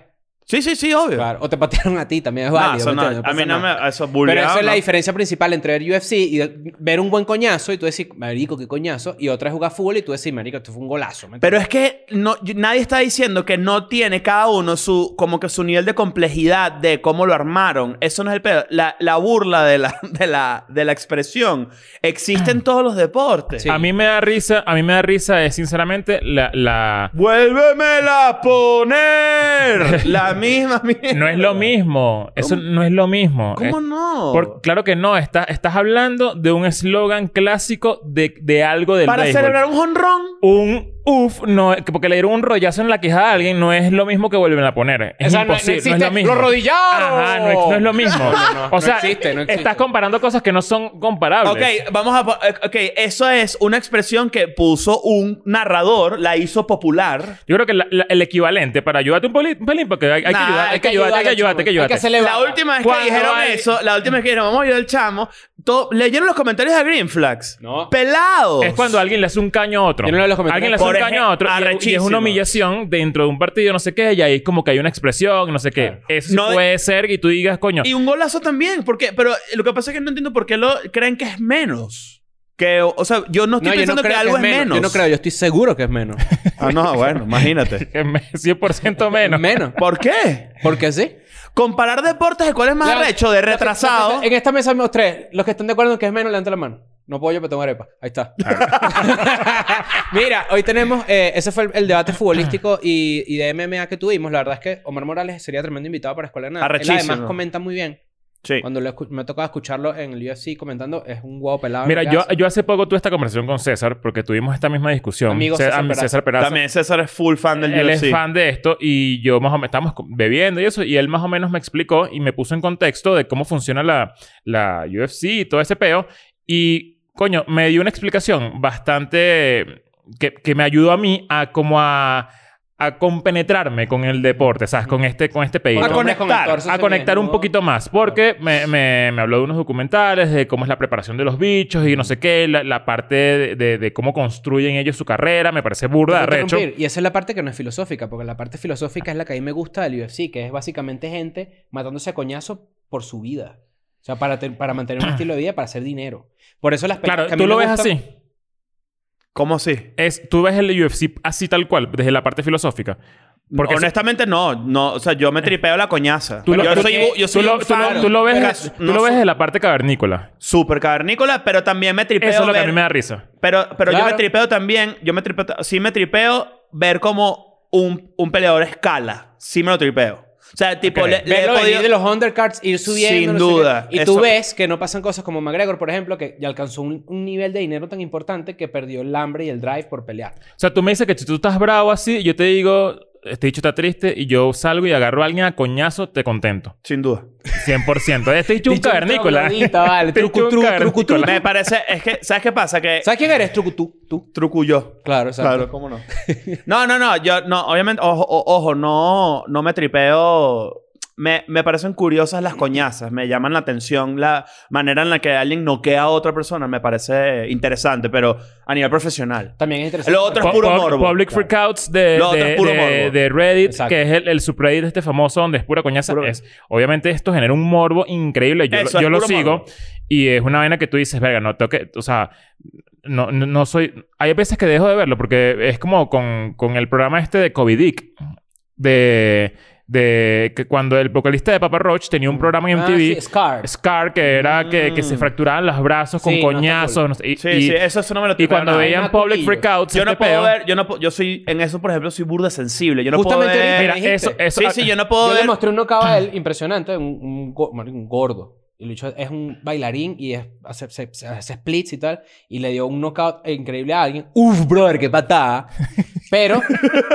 Speaker 3: Sí, sí, sí, obvio.
Speaker 4: Claro. O te patearon a ti, también es
Speaker 3: No,
Speaker 4: válido.
Speaker 3: eso
Speaker 4: ¿me
Speaker 3: no,
Speaker 4: entiendes?
Speaker 3: a
Speaker 4: pasa
Speaker 3: mí no
Speaker 4: nada.
Speaker 3: me... Eso es
Speaker 4: Pero
Speaker 3: bulleado,
Speaker 4: esa es la
Speaker 3: ¿no?
Speaker 4: diferencia principal entre ver UFC y de- ver un buen coñazo y tú decir, marico, qué coñazo. Y otra es jugar fútbol y tú decís, marico, esto fue un golazo. ¿me
Speaker 3: Pero
Speaker 4: entiendes?
Speaker 3: es que no, yo- nadie está diciendo que no tiene cada uno su, como que su nivel de complejidad de cómo lo armaron. Eso no es el pedo. La, la burla de la, de, la, de la expresión existe en todos los deportes.
Speaker 4: Sí.
Speaker 2: A mí me da risa, a mí me da risa, es sinceramente la, la-
Speaker 3: ¡Vuélvemela a poner! la misma mierda.
Speaker 2: No es lo mismo. Eso no es lo mismo.
Speaker 3: ¿Cómo
Speaker 4: eh?
Speaker 2: Es-
Speaker 3: no?
Speaker 2: por- claro que no. Estás, estás hablando de un eslogan clásico de, de algo del
Speaker 3: Para
Speaker 2: béisbol.
Speaker 3: celebrar un jonrón.
Speaker 2: un uf, no, que porque le dieron un rollazo en la quijada a alguien, no es lo mismo que vuelven a poner. Es
Speaker 4: O sea, no- no
Speaker 2: imposible, no,
Speaker 4: existe,
Speaker 2: es lo mismo.
Speaker 4: ¡lo rodillaron!
Speaker 2: Ajá, no, es- no es lo mismo.
Speaker 4: no,
Speaker 2: o
Speaker 4: no
Speaker 2: sea,
Speaker 4: existe, no existe.
Speaker 2: estás comparando cosas que no son comparables.
Speaker 3: Ok, vamos a... po- eh, Ok, eso es una expresión que puso un narrador, la hizo popular.
Speaker 2: Yo creo que la- la- el equivalente para ayudarte un, poli- un pelín, porque hay, hay
Speaker 3: Nah,
Speaker 2: que ayudar, hay que ayudarte, hay que ayudarte, hay que ayudarte.
Speaker 3: La última vez que
Speaker 2: Cuando
Speaker 3: dijeron
Speaker 2: hay-
Speaker 3: eso, la última vez que dijeron, vamos a ayudar al chamo, to- leyeron los comentarios de Green Flags.
Speaker 4: No.
Speaker 3: ¡Pelados!
Speaker 2: Es cuando alguien le hace un caño a otro.
Speaker 4: Yo no leo los comentarios.
Speaker 2: Alguien le hace
Speaker 3: Por
Speaker 2: un caño a
Speaker 3: ejemplo,
Speaker 2: otro y- y, es
Speaker 3: arrechísimo.
Speaker 2: una humillación dentro de un partido, no sé qué, y ahí es como que hay una expresión, no sé qué. Eso sí
Speaker 3: No de-
Speaker 2: puede ser y tú digas, coño.
Speaker 3: Y un golazo también, porque... Pero lo que pasa es que no entiendo por qué lo creen que es menos. Que, o sea, yo no estoy
Speaker 4: No, yo no
Speaker 3: pensando
Speaker 4: creo
Speaker 3: que algo es menos.
Speaker 4: Yo no creo, yo estoy seguro que es menos.
Speaker 5: Ah, no, bueno, imagínate.
Speaker 2: que me- 100% menos.
Speaker 4: menos.
Speaker 3: ¿Por qué?
Speaker 4: ¿Por qué sí?
Speaker 3: Comparar deportes de cuál es más
Speaker 4: Levan-
Speaker 3: arrecho, de
Speaker 4: los que-
Speaker 3: retrasado.
Speaker 4: los que- en esta mesa vemos tres. Los que están de acuerdo en que es menos, levanten la mano. No puedo yo, pero tengo arepa. Ahí está. Mira, hoy tenemos... eh, ese fue el, el debate futbolístico y, y de MMA que tuvimos. La verdad es que Omar Morales sería tremendo invitado para Escuela de Nada. Él
Speaker 3: Arrechísimo.
Speaker 4: además comenta muy bien.
Speaker 3: Sí.
Speaker 4: Cuando lo escu- me tocaba escucharlo en el UFC comentando, es un huevo pelado. en
Speaker 2: Mira,
Speaker 4: lo que
Speaker 2: yo,
Speaker 4: hace.
Speaker 2: yo hace poco tuve esta conversación con César porque tuvimos esta misma discusión.
Speaker 4: Amigo
Speaker 2: Ce-
Speaker 4: César
Speaker 2: am-
Speaker 4: Peraza.
Speaker 2: César Peraza.
Speaker 3: También César es full fan del
Speaker 2: él
Speaker 3: UFC.
Speaker 2: es fan de esto y yo más o menos estamos co- bebiendo y eso y él más o menos me explicó y me puso en contexto de cómo funciona la, la UFC y todo ese peo y coño me dio una explicación bastante que, que me ayudó a mí a como a a compenetrarme con el deporte, ¿sabes? Con este, con este pedido
Speaker 4: Con hombres con el
Speaker 6: conectar,
Speaker 4: torso
Speaker 2: a conectar un
Speaker 4: semidesnudo.
Speaker 2: poquito más. Porque me, me- me habló de unos documentales, de cómo es la preparación de los bichos y no sé qué, la, la parte de, de- de cómo construyen ellos su carrera, me parece
Speaker 4: Te
Speaker 2: burda,
Speaker 4: voy a
Speaker 2: recho.
Speaker 4: interrumpir. Y esa es la parte que no es filosófica, porque la parte filosófica es la que a mí me gusta del UFC, que es básicamente gente matándose a coñazo por su vida. O sea, para, te- para mantener un estilo de vida, para hacer dinero. Por eso las
Speaker 2: Claro,
Speaker 4: que a mí
Speaker 2: tú
Speaker 4: me
Speaker 2: lo ves
Speaker 4: gustan-
Speaker 2: así.
Speaker 3: ¿Cómo así?
Speaker 2: Es, tú ves el UFC así tal cual, desde la parte filosófica. Porque si-
Speaker 3: Honestamente, no. no. O sea, yo me tripeo la coñaza.
Speaker 2: Eh. tú lo-
Speaker 3: yo
Speaker 2: tú-
Speaker 3: soy, yo
Speaker 2: tú
Speaker 3: soy
Speaker 2: lo-
Speaker 3: un
Speaker 2: tú lo-
Speaker 3: fan
Speaker 2: tú lo ves,
Speaker 3: cas-
Speaker 2: tú
Speaker 3: no
Speaker 2: lo ves
Speaker 3: soy
Speaker 2: desde la parte cavernícola.
Speaker 3: Super cavernícola, pero también me tripeo.
Speaker 2: Eso es lo que a
Speaker 3: ver-
Speaker 2: mí me da risa.
Speaker 3: Pero, pero yo
Speaker 4: Claro.
Speaker 3: me tripeo también. Yo me tripeo. ta- Sí me tripeo ver como un, un peleador escala. Sí me lo tripeo. O sea, tipo,
Speaker 2: Ok.
Speaker 3: le, le he
Speaker 4: Verlo venir
Speaker 3: podido-
Speaker 4: de los undercards, ir subiendo.
Speaker 3: Sin
Speaker 4: no sé qué.
Speaker 3: duda.
Speaker 4: Y tú
Speaker 3: Eso-
Speaker 4: ves que no pasan cosas como McGregor, por ejemplo, que ya alcanzó un, un nivel de dinero tan importante que perdió el hambre y el drive por pelear.
Speaker 2: O sea, tú me dices que si tú estás bravo así, yo te digo, este dicho está triste, y yo salgo y agarro a alguien a coñazo, te contento.
Speaker 3: Sin duda.
Speaker 2: 100%. Este dicho es
Speaker 4: Dicho
Speaker 2: un
Speaker 4: un
Speaker 2: cavernícola.
Speaker 4: troglodita, vale.
Speaker 2: Este dicho
Speaker 4: Trucu,
Speaker 2: un
Speaker 4: trucu,
Speaker 2: cavernícola.
Speaker 4: trucu, trucu.
Speaker 3: Me parece. Es que, ¿sabes qué pasa? Que.
Speaker 4: ¿Sabes quién eres? Truco, tú, tú.
Speaker 3: Trucuyo.
Speaker 4: Claro, exacto.
Speaker 3: ¿cómo no? no, no, no. Yo, no, obviamente, ojo, o- ojo, no, no me tripeo. Me, me parecen curiosas las coñazas. Me llaman la atención la manera en la que alguien noquea a otra persona. Me parece interesante, pero a nivel profesional.
Speaker 4: También es interesante.
Speaker 3: Lo otro es
Speaker 2: Pu-
Speaker 3: puro
Speaker 2: pu-
Speaker 3: morbo.
Speaker 2: Public freakouts de,
Speaker 3: Lo otro
Speaker 2: de,
Speaker 3: es puro
Speaker 2: de-
Speaker 3: morbo.
Speaker 2: de Reddit,
Speaker 4: Exacto.
Speaker 2: que es el, el subreddit este famoso donde es pura coñaza.
Speaker 3: Puro-
Speaker 2: Es, obviamente esto genera un morbo increíble. Yo, lo-
Speaker 3: Eso, es
Speaker 2: yo lo
Speaker 3: puro
Speaker 2: sigo
Speaker 3: morbo.
Speaker 2: y es una vaina que tú dices, verga, no tengo que... O sea, no, no, no soy... Hay veces que dejo de verlo porque es como con, con el programa este de Covidic. De... De que cuando el vocalista de Papa Roach tenía un programa en
Speaker 4: Ah,
Speaker 2: MTV,
Speaker 4: sí, Scar.
Speaker 2: Scar, que era que, que se
Speaker 3: Mm.
Speaker 2: fracturaban los brazos con
Speaker 4: Sí, no está
Speaker 2: coñazos.
Speaker 4: cool.
Speaker 2: no sé, y,
Speaker 3: Sí,
Speaker 2: y-
Speaker 3: sí, eso, eso no me lo
Speaker 2: y
Speaker 3: tripeo
Speaker 2: cuando
Speaker 3: nada.
Speaker 4: veía-
Speaker 2: veían
Speaker 4: Hay
Speaker 2: public
Speaker 4: maculillo.
Speaker 2: freakouts,
Speaker 3: Yo no
Speaker 2: este peo-
Speaker 3: puedo ver, yo no pu- yo soy, en eso, por ejemplo, soy burda sensible. Yo no
Speaker 4: Justamente
Speaker 3: puedo
Speaker 4: ahorita
Speaker 2: Mira,
Speaker 3: ver.
Speaker 4: dijiste.
Speaker 2: eso, eso.
Speaker 3: sí, sí, yo no puedo
Speaker 4: Yo
Speaker 3: ver.
Speaker 4: le mostré un knockout a él impresionante, un, un go- marico, un gordo. Y el bicho es un bailarín y es, hace, se- se- hace splits y tal. Y le dio un knockout increíble a alguien. Uf, brother, qué patada. Pero,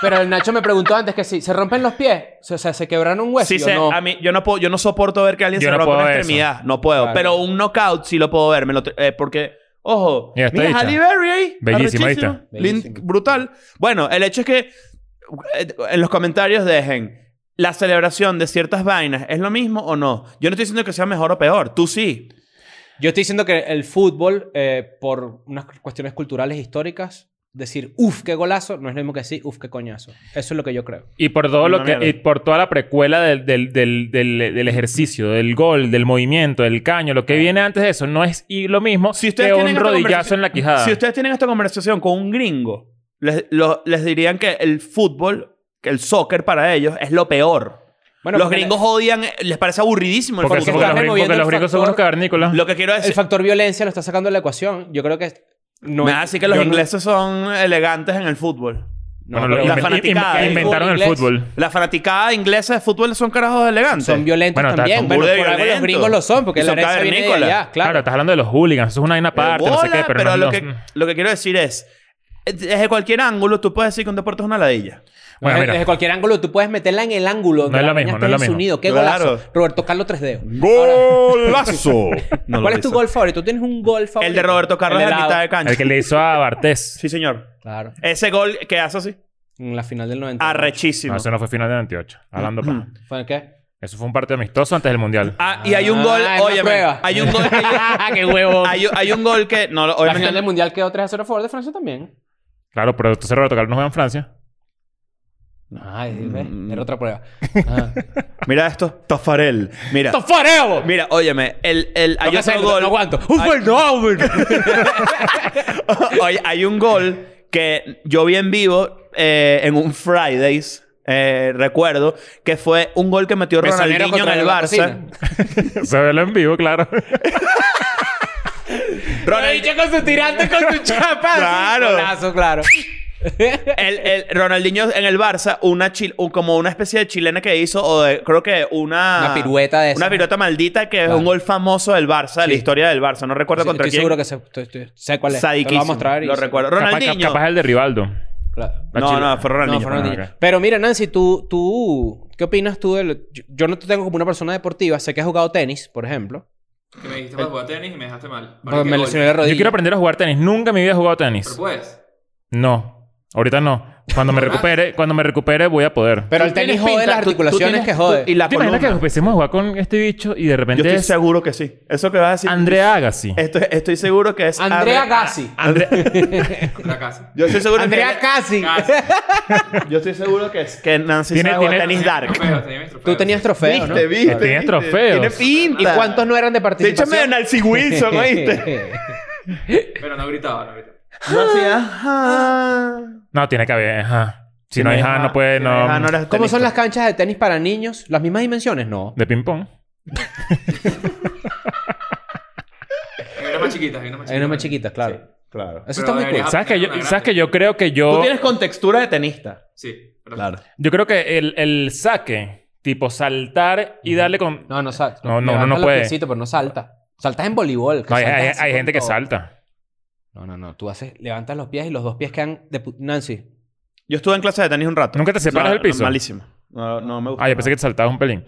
Speaker 4: pero el Nacho me preguntó antes que si se rompen los pies, o sea, se quebraron un hueso.
Speaker 3: Sí,
Speaker 4: Y pues, yo,
Speaker 3: sé,
Speaker 4: no.
Speaker 3: a mí, yo no puedo, yo no soporto ver que alguien
Speaker 2: Yo
Speaker 3: se
Speaker 2: no
Speaker 3: rompa
Speaker 2: puedo
Speaker 3: una
Speaker 2: ver
Speaker 3: extremidad. No puedo.
Speaker 4: Claro.
Speaker 3: Pero un knockout sí lo puedo ver. me lo tr- eh, porque, ojo,
Speaker 2: Mira, está
Speaker 3: mira
Speaker 2: dicha.
Speaker 3: Halle Berry ahí.
Speaker 2: Bellísima, ahí está.
Speaker 3: arrechísima,
Speaker 4: Bellísima.
Speaker 3: lin- Brutal. Bueno, el hecho es que eh, en los comentarios dejen. ¿La celebración de ciertas vainas es lo mismo o no? Yo no estoy diciendo que sea mejor o peor. Tú sí.
Speaker 4: Yo estoy diciendo que el fútbol, eh, por unas cuestiones culturales históricas, decir uf, qué golazo, no es lo mismo que decir uf, qué coñazo. Eso es lo que yo creo.
Speaker 2: Y por todo lo
Speaker 3: Una
Speaker 2: que,
Speaker 3: mierda.
Speaker 2: y por toda la precuela del, del, del, del- del ejercicio, del gol, del movimiento, del caño, lo que viene antes de eso, no es y lo mismo
Speaker 3: Si ustedes
Speaker 2: que
Speaker 3: tienen
Speaker 2: un
Speaker 3: esta
Speaker 2: rodillazo
Speaker 3: conversación-
Speaker 2: en la quijada.
Speaker 3: Si ustedes tienen esta conversación con un gringo, les, lo- les dirían que el fútbol, que el soccer para ellos es lo peor.
Speaker 4: Bueno,
Speaker 3: los
Speaker 4: porque
Speaker 3: gringos odian, les parece aburridísimo el
Speaker 2: porque, son- porque
Speaker 3: fútbol.
Speaker 4: estás
Speaker 2: los, gringos-
Speaker 4: removiendo
Speaker 2: porque los
Speaker 4: el
Speaker 2: gringos son
Speaker 4: factor-
Speaker 2: unos cavernícolas.
Speaker 3: Lo que quiero
Speaker 4: El
Speaker 3: decir.
Speaker 4: factor violencia lo está sacando de la ecuación. Yo creo que no
Speaker 3: me
Speaker 4: es-
Speaker 3: hace que los
Speaker 4: yo no-
Speaker 3: ingleses son elegantes en el fútbol.
Speaker 4: no,
Speaker 2: Bueno, lo
Speaker 4: pero
Speaker 3: la
Speaker 2: inven-
Speaker 3: fanaticada
Speaker 2: in-
Speaker 3: del
Speaker 4: fútbol
Speaker 2: inventaron el
Speaker 4: inglés.
Speaker 2: fútbol.
Speaker 3: La fanaticada inglesa de fútbol son carajos elegantes.
Speaker 4: son violentos
Speaker 2: Bueno, está-
Speaker 4: también.
Speaker 2: son
Speaker 4: Bueno, por
Speaker 3: burda de
Speaker 4: algo los
Speaker 3: violentos.
Speaker 4: gringos lo son, porque
Speaker 3: Y
Speaker 4: la
Speaker 3: son
Speaker 4: herencia viene de
Speaker 3: cavernícolas.
Speaker 4: allá,
Speaker 2: Claro.
Speaker 4: claro.
Speaker 2: estás hablando de los hooligans, eso es una vaina
Speaker 3: De
Speaker 2: aparte, no sé
Speaker 3: bola,
Speaker 2: qué, pero,
Speaker 3: pero
Speaker 2: no
Speaker 3: lo,
Speaker 2: los-
Speaker 3: que, lo que quiero decir es, desde cualquier ángulo tú puedes decir que un deporte es una ladilla.
Speaker 2: Bueno,
Speaker 4: Desde-
Speaker 2: mira.
Speaker 4: Desde cualquier ángulo tú puedes meterla en el ángulo.
Speaker 2: No es lo mismo, no es lo mismo.
Speaker 4: Unido. Qué
Speaker 3: Claro.
Speaker 4: golazo. Roberto Carlos 3D.
Speaker 3: ¡Golazo! No lo
Speaker 4: ¿Cuál es tu
Speaker 3: hizo.
Speaker 4: gol favorito? ¿Tú tienes un gol favorito?
Speaker 3: El de Roberto Carlos
Speaker 4: El
Speaker 3: en
Speaker 4: de
Speaker 3: la
Speaker 4: lado.
Speaker 3: mitad de cancha.
Speaker 2: El que le hizo a Bartés.
Speaker 3: Sí, señor.
Speaker 4: Claro.
Speaker 3: Ese gol que hace así.
Speaker 4: En la final del 90.
Speaker 3: Arrechísimo.
Speaker 2: No, eso no fue final de 98. Hablando paja.
Speaker 3: Mm.
Speaker 4: ¿Fue el qué?
Speaker 2: Eso fue un partido amistoso antes del Mundial.
Speaker 3: Ah, y hay un gol,
Speaker 4: Ah, es una
Speaker 3: oye,
Speaker 4: prueba. Ah,
Speaker 3: hay un gol que
Speaker 4: ¡Qué huevo!
Speaker 3: hay, hay un gol que no,
Speaker 4: la final del
Speaker 3: obviamente
Speaker 4: mundial quedó 3 a 0 a favor de Francia también.
Speaker 2: Claro, pero entonces Roberto Carlos no juega en Francia.
Speaker 4: Ay, ¿ves?
Speaker 3: Mm.
Speaker 4: Era otra prueba. Ah.
Speaker 3: Mira esto, Tafarel. Mira.
Speaker 4: ¡Tafareo!
Speaker 3: Mira, óyeme, el, el, hay
Speaker 4: Hay
Speaker 3: otro gol.
Speaker 4: No aguanto. Uh, ¡Un fenómeno!
Speaker 3: Oye, hay un gol que yo vi en vivo eh, en un Fridays, eh, recuerdo, que fue un gol que metió
Speaker 4: Mesonero
Speaker 3: Ronaldinho en
Speaker 4: contra
Speaker 3: el
Speaker 4: la
Speaker 3: Barça.
Speaker 2: Se ve en vivo, claro.
Speaker 3: Ronald-
Speaker 4: con su tirante, con su chapa.
Speaker 3: Claro.
Speaker 4: Claro. claro.
Speaker 3: El, el Ronaldinho en el Barça, una chil- un- como una especie de chilena que hizo, o de- creo que una.
Speaker 4: Una pirueta de
Speaker 3: Una
Speaker 4: esas.
Speaker 3: pirueta maldita que es
Speaker 4: Claro.
Speaker 3: un gol famoso del Barça, de la
Speaker 4: Sí.
Speaker 3: historia del Barça. No recuerdo contra
Speaker 4: estoy
Speaker 3: quién.
Speaker 4: seguro que sé, estoy- estoy- sé cuál es. Te lo voy a
Speaker 3: Sadiquísimo.
Speaker 4: mostrar. y
Speaker 3: Lo
Speaker 4: sé-
Speaker 3: recuerdo.
Speaker 2: Capaz,
Speaker 3: Ronaldinho.
Speaker 2: ca- capaz el de Rivaldo.
Speaker 4: Claro.
Speaker 2: La
Speaker 3: no,
Speaker 2: chile-
Speaker 3: no, fue Ronaldinho.
Speaker 4: No, fue Ronaldinho.
Speaker 2: Ah, ok.
Speaker 4: Pero mira, Nancy, tú, tú, ¿qué opinas tú? de lo- yo, yo no te tengo como una persona deportiva. Sé que has jugado tenis, por ejemplo.
Speaker 7: Que me dijiste para jugar tenis y me dejaste mal. Ahora
Speaker 4: Porque
Speaker 7: que
Speaker 4: me
Speaker 7: golf.
Speaker 4: lesioné la
Speaker 2: Yo
Speaker 4: rodilla.
Speaker 2: quiero aprender a jugar tenis. Nunca en mi vida he jugado
Speaker 7: Pero
Speaker 2: tenis.
Speaker 7: pues.
Speaker 2: No. Ahorita no. Cuando me recupere, cuando me recupere voy a poder.
Speaker 4: Pero el
Speaker 3: Tú
Speaker 4: tenis
Speaker 3: tienes
Speaker 4: jode
Speaker 3: pinta-
Speaker 4: las
Speaker 3: tú- tú
Speaker 4: articulaciones
Speaker 3: tienes-
Speaker 4: que jode.
Speaker 3: tú- Y la
Speaker 2: ¿Te imaginas que
Speaker 3: columna.
Speaker 2: empecemos a jugar con este bicho y de
Speaker 3: Yo
Speaker 2: repente
Speaker 3: estoy
Speaker 2: es
Speaker 3: seguro que sí. Eso que vas a decir.
Speaker 2: Andrea Agassi?
Speaker 3: Estoy, estoy seguro que es.
Speaker 4: Andrea
Speaker 3: Andre-
Speaker 4: Gassi.
Speaker 7: Andrea Casi.
Speaker 3: Yo estoy seguro
Speaker 4: Andrea
Speaker 3: que.
Speaker 4: Gassi.
Speaker 7: Casi.
Speaker 3: Yo estoy seguro que es. Que Nancy
Speaker 2: Tiene-
Speaker 3: sabe jugar
Speaker 2: tiene-
Speaker 3: tenis dark.
Speaker 7: Trofeos, tenía mis trofeos.
Speaker 4: Tú tenías trofeos, ¿no?
Speaker 3: Viste, viste.
Speaker 2: Tenías
Speaker 3: viste.
Speaker 2: trofeos.
Speaker 3: Tiene pinta.
Speaker 4: ¿Y cuántos no eran de
Speaker 3: De hecho,
Speaker 4: participación?
Speaker 3: medio Nancy Wilson, ¿oíste?
Speaker 7: Pero no gritaba, no gritaba.
Speaker 3: no hacía. Ajá.
Speaker 2: No, tiene que haber. Ajá. Si no hay
Speaker 3: Tienes-
Speaker 2: ajá, no puede.
Speaker 3: tienes-
Speaker 2: No.
Speaker 3: ajá, no eras
Speaker 4: ¿Cómo son las
Speaker 3: tenista.
Speaker 4: canchas de tenis para niños? ¿Las mismas dimensiones? No.
Speaker 2: De ping-pong.
Speaker 7: Hay unas más chiquitas, hay unas más
Speaker 4: Hay
Speaker 7: chiquitas.
Speaker 4: unas más chiquitas, claro.
Speaker 5: Claro.
Speaker 4: Eso
Speaker 7: Pero
Speaker 4: está muy cool.
Speaker 7: deberías-
Speaker 2: ¿Sabes que, yo,
Speaker 7: una grande.
Speaker 2: ¿Sabes que yo creo que
Speaker 3: Tú
Speaker 2: yo.
Speaker 3: tienes contextura de tenista.
Speaker 7: Sí. pero-
Speaker 2: Yo creo que el, el saque, tipo saltar y darle con. No,
Speaker 4: No, no salta.
Speaker 2: No, no, uno
Speaker 4: Levanta
Speaker 2: no
Speaker 4: los
Speaker 2: puede.
Speaker 4: piecitos, pero no salta. Saltas en voleibol. que
Speaker 2: hay,
Speaker 4: saltas
Speaker 2: hay-
Speaker 4: así
Speaker 2: hay
Speaker 4: con
Speaker 2: gente que
Speaker 4: todo.
Speaker 2: salta.
Speaker 4: No, no, no. Tú haces, levantas los pies y los dos pies quedan de pu- Nancy.
Speaker 5: Yo estuve en clase de tenis un rato.
Speaker 2: ¿Nunca te separas
Speaker 5: No,
Speaker 2: del piso?
Speaker 5: no, malísimo. No, no me gusta.
Speaker 2: Ah, yo pensé que te saltabas un pelín.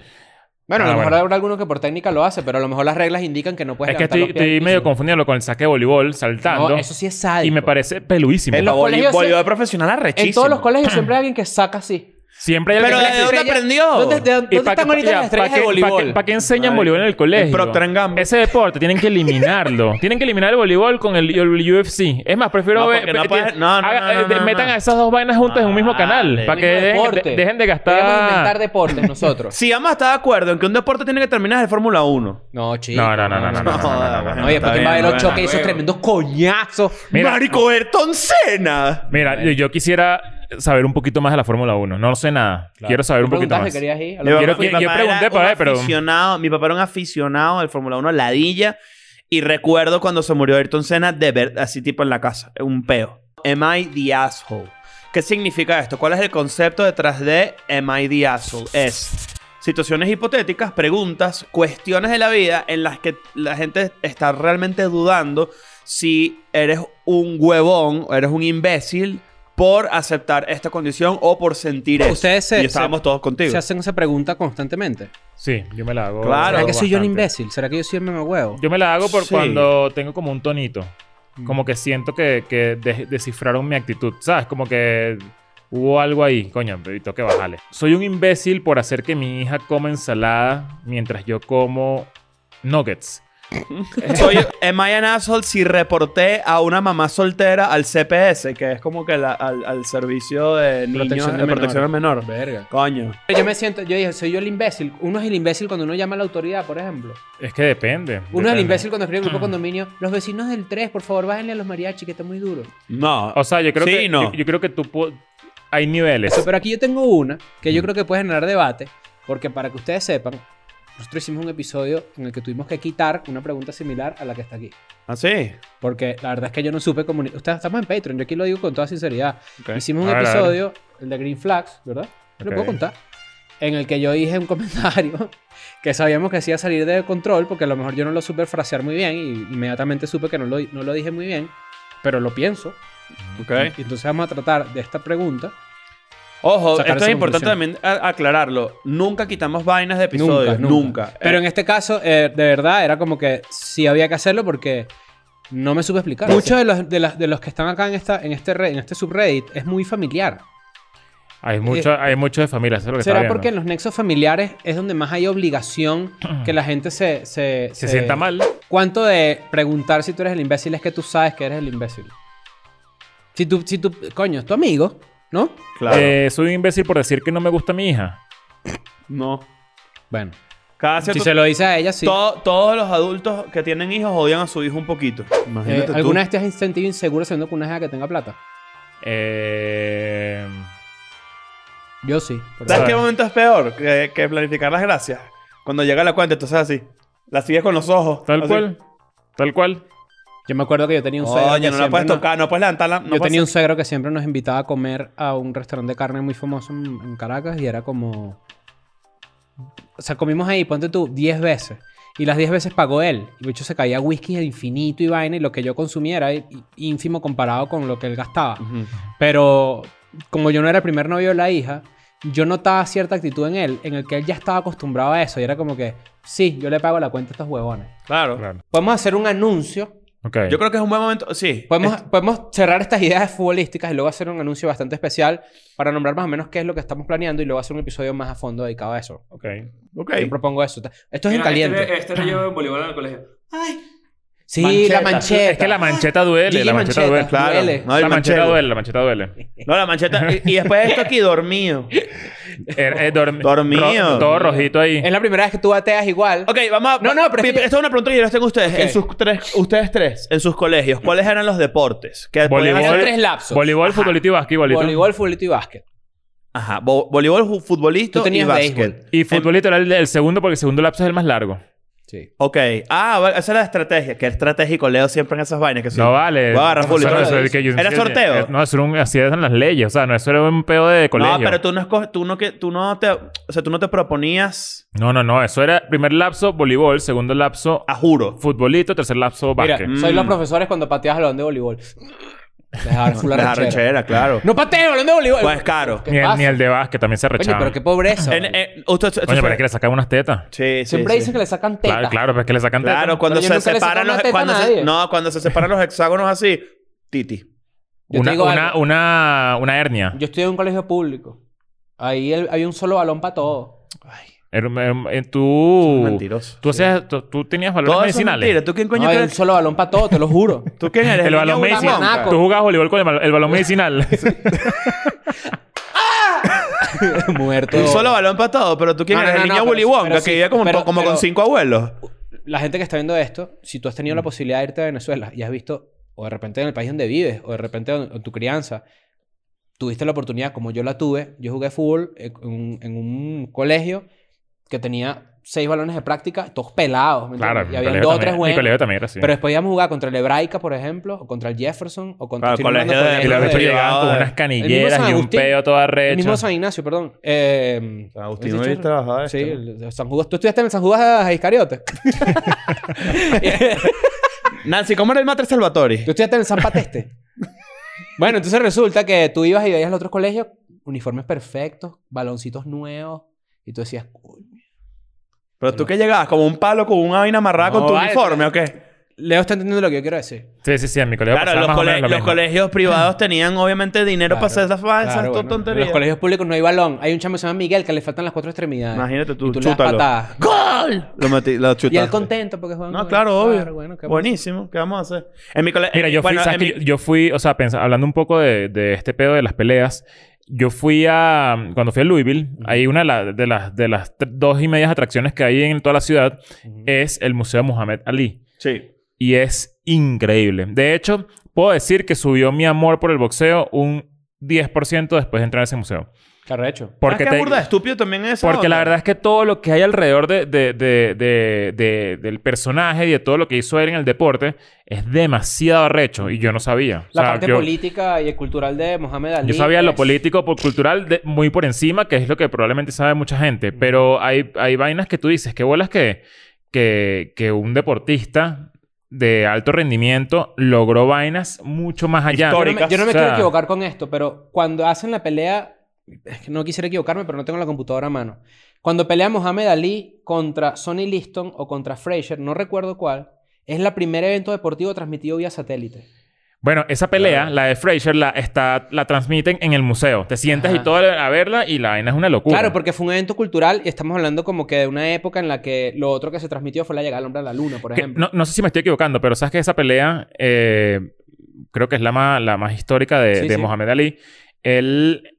Speaker 4: Bueno,
Speaker 2: Ah,
Speaker 4: a lo mejor
Speaker 2: bueno.
Speaker 4: habrá alguno que por técnica lo hace, pero a lo mejor las reglas indican que no puedes
Speaker 2: Es que
Speaker 4: levantar
Speaker 2: estoy,
Speaker 4: los pies al
Speaker 2: estoy
Speaker 4: piso.
Speaker 2: medio confundiéndolo con el saque de voleibol saltando.
Speaker 4: No, eso sí es sádico.
Speaker 2: y me parece peluísimo.
Speaker 4: En los colegios
Speaker 5: Voleibol
Speaker 4: siempre-
Speaker 5: profesional arrechísimo.
Speaker 4: En todos los colegios siempre hay alguien que saca así.
Speaker 2: Siempre hay
Speaker 5: Pero
Speaker 2: alguien
Speaker 5: ¿de dónde
Speaker 4: Estrella-
Speaker 5: aprendió?
Speaker 4: ¿Dónde, de- dónde
Speaker 2: ¿Y pa'
Speaker 4: están
Speaker 2: qué-
Speaker 4: ahorita
Speaker 2: ya,
Speaker 4: las estrellas
Speaker 2: pa' qué-
Speaker 4: de
Speaker 2: ¿Para qué,
Speaker 4: voleigol?
Speaker 2: pa' qué enseñan voleibol en el colegio?
Speaker 5: Procter Gamble.
Speaker 2: Ese deporte tienen que eliminarlo. tienen que eliminar el voleibol con el, el UFC. Es más, prefiero
Speaker 5: No,
Speaker 2: ver.
Speaker 5: porque no
Speaker 2: pe-
Speaker 5: puedes-
Speaker 2: ti-
Speaker 5: no, no,
Speaker 2: haga-
Speaker 5: no, no,
Speaker 2: eh, de-
Speaker 5: no,
Speaker 2: metan
Speaker 5: no.
Speaker 2: a esas dos vainas juntas en un mismo
Speaker 5: Vale.
Speaker 2: canal. Para que
Speaker 4: Mismo
Speaker 2: dejen de,
Speaker 4: deporte.
Speaker 2: dejen de
Speaker 4: Deberíamos inventar
Speaker 2: gastar.
Speaker 4: deportes nosotros.
Speaker 5: Si vamos a estar de acuerdo en que un deporte tiene que terminar en Fórmula 1.
Speaker 4: No, chico.
Speaker 2: No, no, no, no, no, no, no, no, no, no.
Speaker 5: No,
Speaker 4: Oye, ¿para
Speaker 5: Está
Speaker 4: quién va a ver
Speaker 5: bien,
Speaker 4: los
Speaker 5: bueno.
Speaker 4: choques y esos
Speaker 7: Huevo.
Speaker 4: tremendos coñazos?
Speaker 2: Mira,
Speaker 5: ¡Marico Ayrton Senna!
Speaker 2: mira, yo, yo quisiera saber un poquito más de la Fórmula 1. No sé nada. Quiero saber un poquito más.
Speaker 4: ¿Qué querías ir? A
Speaker 5: Mi
Speaker 4: lo-
Speaker 5: papá-
Speaker 2: Quiero-
Speaker 5: mi
Speaker 2: yo- yo
Speaker 5: papá
Speaker 2: pregunté
Speaker 5: era
Speaker 2: para
Speaker 5: un
Speaker 2: ver, pero-
Speaker 5: aficionado- mi papá era un aficionado del Fórmula 1 ladilla. Y recuerdo cuando se murió Ayrton Senna de ver así tipo en la casa. Un peo. Am I the asshole? ¿Qué significa esto? ¿Cuál es el concepto detrás de Am I the asshole? Es situaciones hipotéticas, preguntas, cuestiones de la vida en las que la gente está realmente dudando si eres un huevón o eres un imbécil por aceptar esta condición o por sentir eso.
Speaker 4: Ustedes se-
Speaker 5: y estábamos
Speaker 4: se-
Speaker 5: todos contigo.
Speaker 4: Se hacen esa pregunta constantemente.
Speaker 2: Sí, yo me la hago.
Speaker 5: Claro.
Speaker 4: ¿Será que soy yo el
Speaker 2: bastante.
Speaker 4: imbécil? ¿Será que yo soy el mamahuevo?
Speaker 2: Yo me la hago por
Speaker 5: Sí. Mm.
Speaker 2: cuando tengo como un tonito. Como que siento que, que de- descifraron mi actitud, ¿sabes? Como que hubo algo ahí. Coño, pero tengo que bajarle. Soy un imbécil por hacer que mi hija coma ensalada mientras yo como nuggets.
Speaker 5: Soy Am I an asshole si reporté a una mamá soltera al CPS, que es como que la- al, al servicio de niños
Speaker 4: Protección de
Speaker 5: de protección al menor.
Speaker 4: Verga.
Speaker 5: Coño.
Speaker 4: Yo me siento, yo dije, soy yo el imbécil. Uno es el imbécil cuando uno llama a la autoridad, por ejemplo.
Speaker 2: Es que depende.
Speaker 4: Uno es el
Speaker 2: depende.
Speaker 4: imbécil cuando escribe el grupo de condominio. Los vecinos del 3, por favor, bájenle a los mariachi, que está muy duro.
Speaker 5: No.
Speaker 2: O sea, yo creo
Speaker 5: Sí,
Speaker 2: que yo,
Speaker 5: no.
Speaker 2: yo creo que tú pu- hay niveles.
Speaker 4: Pero aquí yo tengo una que
Speaker 2: Mm.
Speaker 4: yo creo que puede generar debate, porque para que ustedes sepan, nosotros hicimos un episodio en el que tuvimos que quitar una pregunta similar a la que está aquí.
Speaker 5: ¿Ah, sí?
Speaker 4: Porque la verdad es que yo no supe comunicar. Ustedes estamos en Patreon, yo aquí lo digo con toda sinceridad.
Speaker 5: Ok.
Speaker 4: Hicimos un
Speaker 2: A ver, a ver.
Speaker 4: episodio, el de Green Flags, ¿verdad? Yo
Speaker 2: Ok.
Speaker 4: ¿Lo puedo contar? En el que yo dije un comentario que sabíamos que se iba a salir de control porque a lo mejor yo no lo supe frasear muy bien y inmediatamente supe que no lo, no lo dije muy bien, pero lo pienso. Y entonces vamos a tratar de esta pregunta.
Speaker 5: Ojo,
Speaker 4: Sacar
Speaker 5: esto
Speaker 4: esa
Speaker 5: es importante
Speaker 4: conclusión.
Speaker 5: también a- aclararlo. Nunca quitamos vainas de episodios.
Speaker 4: Nunca,
Speaker 5: Nunca.
Speaker 4: nunca. Pero
Speaker 5: Eh,
Speaker 4: en este caso, eh, de verdad, era como que sí había que hacerlo porque no me supe explicar. Muchos de los, de las- de los que están acá en, esta, en, este, re- en este subreddit es muy familiar.
Speaker 2: Hay mucho, hay mucho de familia, eso es lo que estaba
Speaker 4: ¿Será
Speaker 2: viendo.
Speaker 4: porque en los nexos familiares es donde más hay obligación que la gente se... Se,
Speaker 2: se
Speaker 4: se-
Speaker 2: sienta mal?
Speaker 4: ¿Cuánto de preguntar si tú eres el imbécil es que tú sabes que eres el imbécil? Si tú, si tú coño, es tu amigo, ¿no?
Speaker 5: claro.
Speaker 2: Eh, soy un imbécil por decir que no me gusta mi hija.
Speaker 5: no.
Speaker 4: Bueno,
Speaker 5: Cada
Speaker 4: si
Speaker 5: cierto-
Speaker 4: se lo dices a ella, sí.
Speaker 5: to- todos los adultos que tienen hijos odian a su hijo un poquito.
Speaker 4: Eh,
Speaker 5: Imagínate tú.
Speaker 4: ¿Alguna vez te has sentido inseguro siendo con una hija que tenga plata?
Speaker 2: Eh,
Speaker 4: Yo sí. por
Speaker 5: ¿Sabes
Speaker 4: ejemplo.
Speaker 5: qué momento es peor que, que planificar las gracias? Cuando llega la cuenta, entonces así. La sigues con los ojos.
Speaker 2: tal
Speaker 5: así.
Speaker 2: cual. Tal cual.
Speaker 4: Yo me acuerdo que yo tenía un suegro
Speaker 3: Oye,
Speaker 4: que
Speaker 3: no la
Speaker 4: siempre
Speaker 3: puedes
Speaker 4: nos-
Speaker 3: tocar, no puedes levantarla. No
Speaker 4: yo
Speaker 3: puedes-
Speaker 4: tenía un suegro que siempre nos invitaba a comer a un restaurante de carne muy famoso en, en Caracas y era como... O sea, comimos ahí, ponte tú, 10 veces. Y las 10 veces pagó él. Y de hecho se caía whisky de infinito y vaina y lo que yo consumía era í- ínfimo comparado con lo que él gastaba.
Speaker 3: Ujú.
Speaker 4: Pero como yo no era el primer novio de la hija, yo notaba cierta actitud en él, en el que él ya estaba acostumbrado a eso. Y era como que, sí, yo le pago la cuenta a estos huevones.
Speaker 3: Claro.
Speaker 2: Claro.
Speaker 4: Podemos hacer un anuncio
Speaker 2: Ok.
Speaker 3: Yo creo que es un buen momento. Sí.
Speaker 4: Podemos, podemos cerrar estas ideas futbolísticas y luego hacer un anuncio bastante especial para nombrar más o menos qué es lo que estamos planeando y luego hacer un episodio más a fondo dedicado a eso.
Speaker 2: Ok.
Speaker 3: Ok.
Speaker 4: Yo propongo eso. Esto es en
Speaker 7: Mira,
Speaker 4: caliente.
Speaker 7: Este, este era yo en voleibol en el colegio. Ay.
Speaker 4: Sí,
Speaker 3: Mancheta.
Speaker 4: la mancheta.
Speaker 2: Es que la mancheta duele.
Speaker 4: Gigi
Speaker 2: La mancheta
Speaker 4: Mancheta.
Speaker 2: duele.
Speaker 3: Claro.
Speaker 4: duele.
Speaker 3: No, el
Speaker 2: la mancheta
Speaker 3: manchego.
Speaker 2: duele, la mancheta duele.
Speaker 3: No, la mancheta. Y, y después esto aquí dormido.
Speaker 2: Er- eh, dormi-
Speaker 3: Dormido.
Speaker 2: ro- todo rojito ahí.
Speaker 4: Es la primera vez que tú bateas igual.
Speaker 3: Ok, vamos a.
Speaker 4: No, no, pero es que
Speaker 3: Pipe,
Speaker 4: yo-
Speaker 3: Esto es una pregunta que yo les tengo a ustedes.
Speaker 4: Ok.
Speaker 3: En sus tres, ustedes tres, en sus colegios, ¿cuáles eran los deportes? Que
Speaker 4: Eran
Speaker 3: podían
Speaker 2: Voleibol.
Speaker 3: hacer-
Speaker 4: tres lapsos.
Speaker 2: Voleibol, futbolito y basquetbolito.
Speaker 4: Voleibol, futbolito y básquet.
Speaker 3: Ajá. vo- voleibol, ju- futbolito
Speaker 4: Tú tenías
Speaker 3: y básquet.
Speaker 4: béisbol.
Speaker 2: Y futbolito era el, el segundo porque el segundo lapso es el más largo.
Speaker 4: Sí.
Speaker 3: Ok. Ah, bueno, esa es la estrategia. Que estratégico leo siempre en esas vainas. Que sí.
Speaker 2: No vale.
Speaker 3: Voy a agarrar
Speaker 2: O sea,
Speaker 3: voleibol.
Speaker 2: no, eso es que yo-
Speaker 3: ¿Era
Speaker 2: yo-
Speaker 3: sorteo?
Speaker 2: eh, No, eso era un, así eran las leyes. O sea, no, eso era un pedo de colegio.
Speaker 3: No, pero tú no, escoges- tú no que tú no te, o sea, tú no te proponías
Speaker 2: No, no, no. Eso era primer lapso, voleibol. Segundo lapso,
Speaker 3: a juro.
Speaker 2: futbolito. Tercer lapso,
Speaker 4: Mira,
Speaker 2: básquet.
Speaker 4: soy
Speaker 3: Mm.
Speaker 4: los profesores cuando pateas el balón de voleibol. Dejar full
Speaker 3: La
Speaker 4: arrechera.
Speaker 3: ranchera, claro.
Speaker 4: No patees el balón de voleibol.
Speaker 3: Pues caro.
Speaker 4: ¿Qué
Speaker 2: ni, el,
Speaker 4: pasa?
Speaker 2: ni el de básquet también se
Speaker 4: Coño,
Speaker 2: rechazó.
Speaker 4: pero qué pobreza.
Speaker 3: En-
Speaker 4: vale.
Speaker 3: en- usted-
Speaker 2: Coño,
Speaker 3: usted- usted-
Speaker 2: pero es que le sacaban unas tetas.
Speaker 3: Sí, sí,
Speaker 4: Siempre
Speaker 3: sí.
Speaker 4: dicen que le sacan teta.
Speaker 2: Claro, claro, pero es que le sacan tetas.
Speaker 3: Claro, cuando
Speaker 4: yo
Speaker 3: se
Speaker 4: nunca le he sacado
Speaker 3: separan
Speaker 4: una
Speaker 3: los
Speaker 4: teta a
Speaker 3: cuando se-
Speaker 4: nadie.
Speaker 3: no, cuando se separan los hexágonos así, titi.
Speaker 4: Yo te
Speaker 2: Una,
Speaker 4: digo
Speaker 2: una,
Speaker 4: algo.
Speaker 2: una, una hernia.
Speaker 4: Yo estudié en un colegio público. Ahí el- había un solo balón para todo.
Speaker 2: Era un- era un- eh, tú.
Speaker 3: Mentiroso.
Speaker 2: Tú, hacías, tú, tú tenías valores
Speaker 3: Todo eso es
Speaker 2: medicinales.
Speaker 3: mentira. ¿Tú quién coño
Speaker 4: No, había un
Speaker 3: crees?
Speaker 4: solo balón para todo, te lo juro.
Speaker 3: ¿Tú quién eres?
Speaker 2: El
Speaker 3: niño
Speaker 2: balón
Speaker 3: Willy
Speaker 2: medicinal.
Speaker 3: Wonka?
Speaker 4: Monaco.
Speaker 2: Tú jugabas voleibol con el, bal- el balón medicinal.
Speaker 4: Muerto.
Speaker 3: Un solo balón para todo, pero tú quién
Speaker 4: No, no,
Speaker 3: eres? el
Speaker 4: no,
Speaker 3: niño
Speaker 4: no,
Speaker 3: Willy
Speaker 4: pero-
Speaker 3: Wonka
Speaker 4: pero
Speaker 3: que
Speaker 4: sí,
Speaker 3: vivía como,
Speaker 4: pero-
Speaker 3: como
Speaker 4: pero-
Speaker 3: con cinco abuelos.
Speaker 4: La gente que está viendo esto, si tú has
Speaker 2: Mm.
Speaker 4: tenido la posibilidad de irte a Venezuela y has visto, o de repente en el país donde vives, o de repente en, en tu crianza, tuviste la oportunidad, como yo la tuve, yo jugué fútbol eh, en, un- en un colegio que tenía seis balones de práctica, todos pelados. ¿me
Speaker 2: claro,
Speaker 4: entiendes? y
Speaker 2: mi
Speaker 4: había dos
Speaker 2: colegio
Speaker 4: o
Speaker 2: también-
Speaker 4: tres buenos.
Speaker 2: Mi colegio también era así.
Speaker 4: Pero después íbamos a jugar contra el Hebraica, por ejemplo, o contra el Jefferson, o contra...
Speaker 3: Claro,
Speaker 4: estoy nombrando
Speaker 3: colegio de-
Speaker 2: y
Speaker 4: colegios
Speaker 2: los
Speaker 3: Pero
Speaker 2: bichos
Speaker 3: de-
Speaker 2: llegaban con unas
Speaker 4: El
Speaker 2: canilleras
Speaker 4: mismo
Speaker 2: y
Speaker 4: San
Speaker 2: un
Speaker 4: Agustín.
Speaker 2: peo todo
Speaker 4: El mismo
Speaker 2: arrecho.
Speaker 4: San Ignacio, perdón. Eh, ¿has dicho?
Speaker 3: trabajaba
Speaker 4: Sí, el de San Judas. ¿Tú estudiaste en el San Judas Iscariote?
Speaker 3: Nancy, ¿cómo era el matre Salvatore?
Speaker 4: ¿Tú estudiaste en el San Pateste? bueno, entonces resulta que tú ibas y veías los otros colegios, uniformes perfectos, baloncitos nuevos, y tú decías, "Coño".
Speaker 3: Pero tú que llegabas como un palo con una vaina amarrada
Speaker 4: No,
Speaker 3: con tu
Speaker 4: vale,
Speaker 3: uniforme, ¿o qué?
Speaker 4: Leo está entendiendo lo que yo quiero decir.
Speaker 2: Sí, sí, sí, en mi colegio
Speaker 3: Claro,
Speaker 2: pasaba
Speaker 3: los,
Speaker 2: más o menos
Speaker 3: cole-
Speaker 2: lo
Speaker 3: los
Speaker 2: mismo.
Speaker 3: colegios privados tenían obviamente dinero
Speaker 4: Claro,
Speaker 3: para hacer Ah, esas falsas
Speaker 4: Claro, bueno, En
Speaker 3: tonterías.
Speaker 4: los colegios públicos no hay balón. Hay un chamo que se llama Miguel que le faltan las cuatro extremidades.
Speaker 3: Imagínate tú,
Speaker 4: Y tú le das
Speaker 3: chútalo.
Speaker 4: patadas.
Speaker 3: ¡Gol! Lo metí, lo chutaste.
Speaker 4: Y él contento porque juegan
Speaker 3: No,
Speaker 4: con-
Speaker 3: claro, obvio.
Speaker 4: bueno, ¿qué pasa?
Speaker 3: Buenísimo. ¿Qué vamos a hacer? En Eh, mi colegio...
Speaker 2: Mira, yo fui, ¿sabes qué? yo, yo fui, o sea, pensa- hablando un poco de, de este pedo de las peleas, yo fui a, cuando fui a Louisville, hay una de, la- de las, de las tre- dos y medias atracciones que hay en toda la ciudad, es el Museo de Muhammad Ali.
Speaker 3: Sí.
Speaker 2: Y es increíble. De hecho, puedo decir que subió mi amor por el boxeo un 10% después de entrar a ese museo.
Speaker 4: Qué arrecho.
Speaker 3: Porque
Speaker 2: Porque
Speaker 3: qué
Speaker 2: te-
Speaker 3: burda de estúpido también es eso?
Speaker 2: Porque la verdad es que todo lo que hay alrededor de, de- de- de- de- del personaje y de todo lo que hizo él en el deporte es demasiado arrecho y yo no sabía. O
Speaker 4: La
Speaker 2: sea,
Speaker 4: parte
Speaker 2: yo,
Speaker 4: política y cultural de Mohamed Ali.
Speaker 2: yo sabía lo
Speaker 4: es-
Speaker 2: político, por cultural, de- muy por encima, que es lo que probablemente sabe mucha gente.
Speaker 4: Mm.
Speaker 2: Pero hay, hay vainas que tú dices, que bolas que, que, que un deportista de alto rendimiento logró vainas mucho más allá.
Speaker 4: Yo no me, yo no me
Speaker 2: O sea,
Speaker 4: quiero equivocar con esto, pero cuando hacen la pelea, es que no quisiera equivocarme, pero no tengo la computadora a mano. Cuando pelea Mohamed Ali contra Sonny Liston o contra Frazier, no recuerdo cuál, es el primer evento deportivo transmitido vía satélite.
Speaker 2: Bueno, esa pelea, la de Fraser, la, está, la transmiten en el museo. Te sientas
Speaker 4: Ajá.
Speaker 2: y todo a verla y la vaina es una locura.
Speaker 4: Claro, porque fue un evento cultural y estamos hablando como que de una época en la que lo otro que se transmitió fue la llegada del hombre a la luna, por
Speaker 2: Que-
Speaker 4: ejemplo.
Speaker 2: no, no sé si me estoy equivocando, pero sabes que esa pelea eh, creo que es la más, la más histórica de,
Speaker 4: Sí,
Speaker 2: de
Speaker 4: sí.
Speaker 2: Mohamed Ali. Él.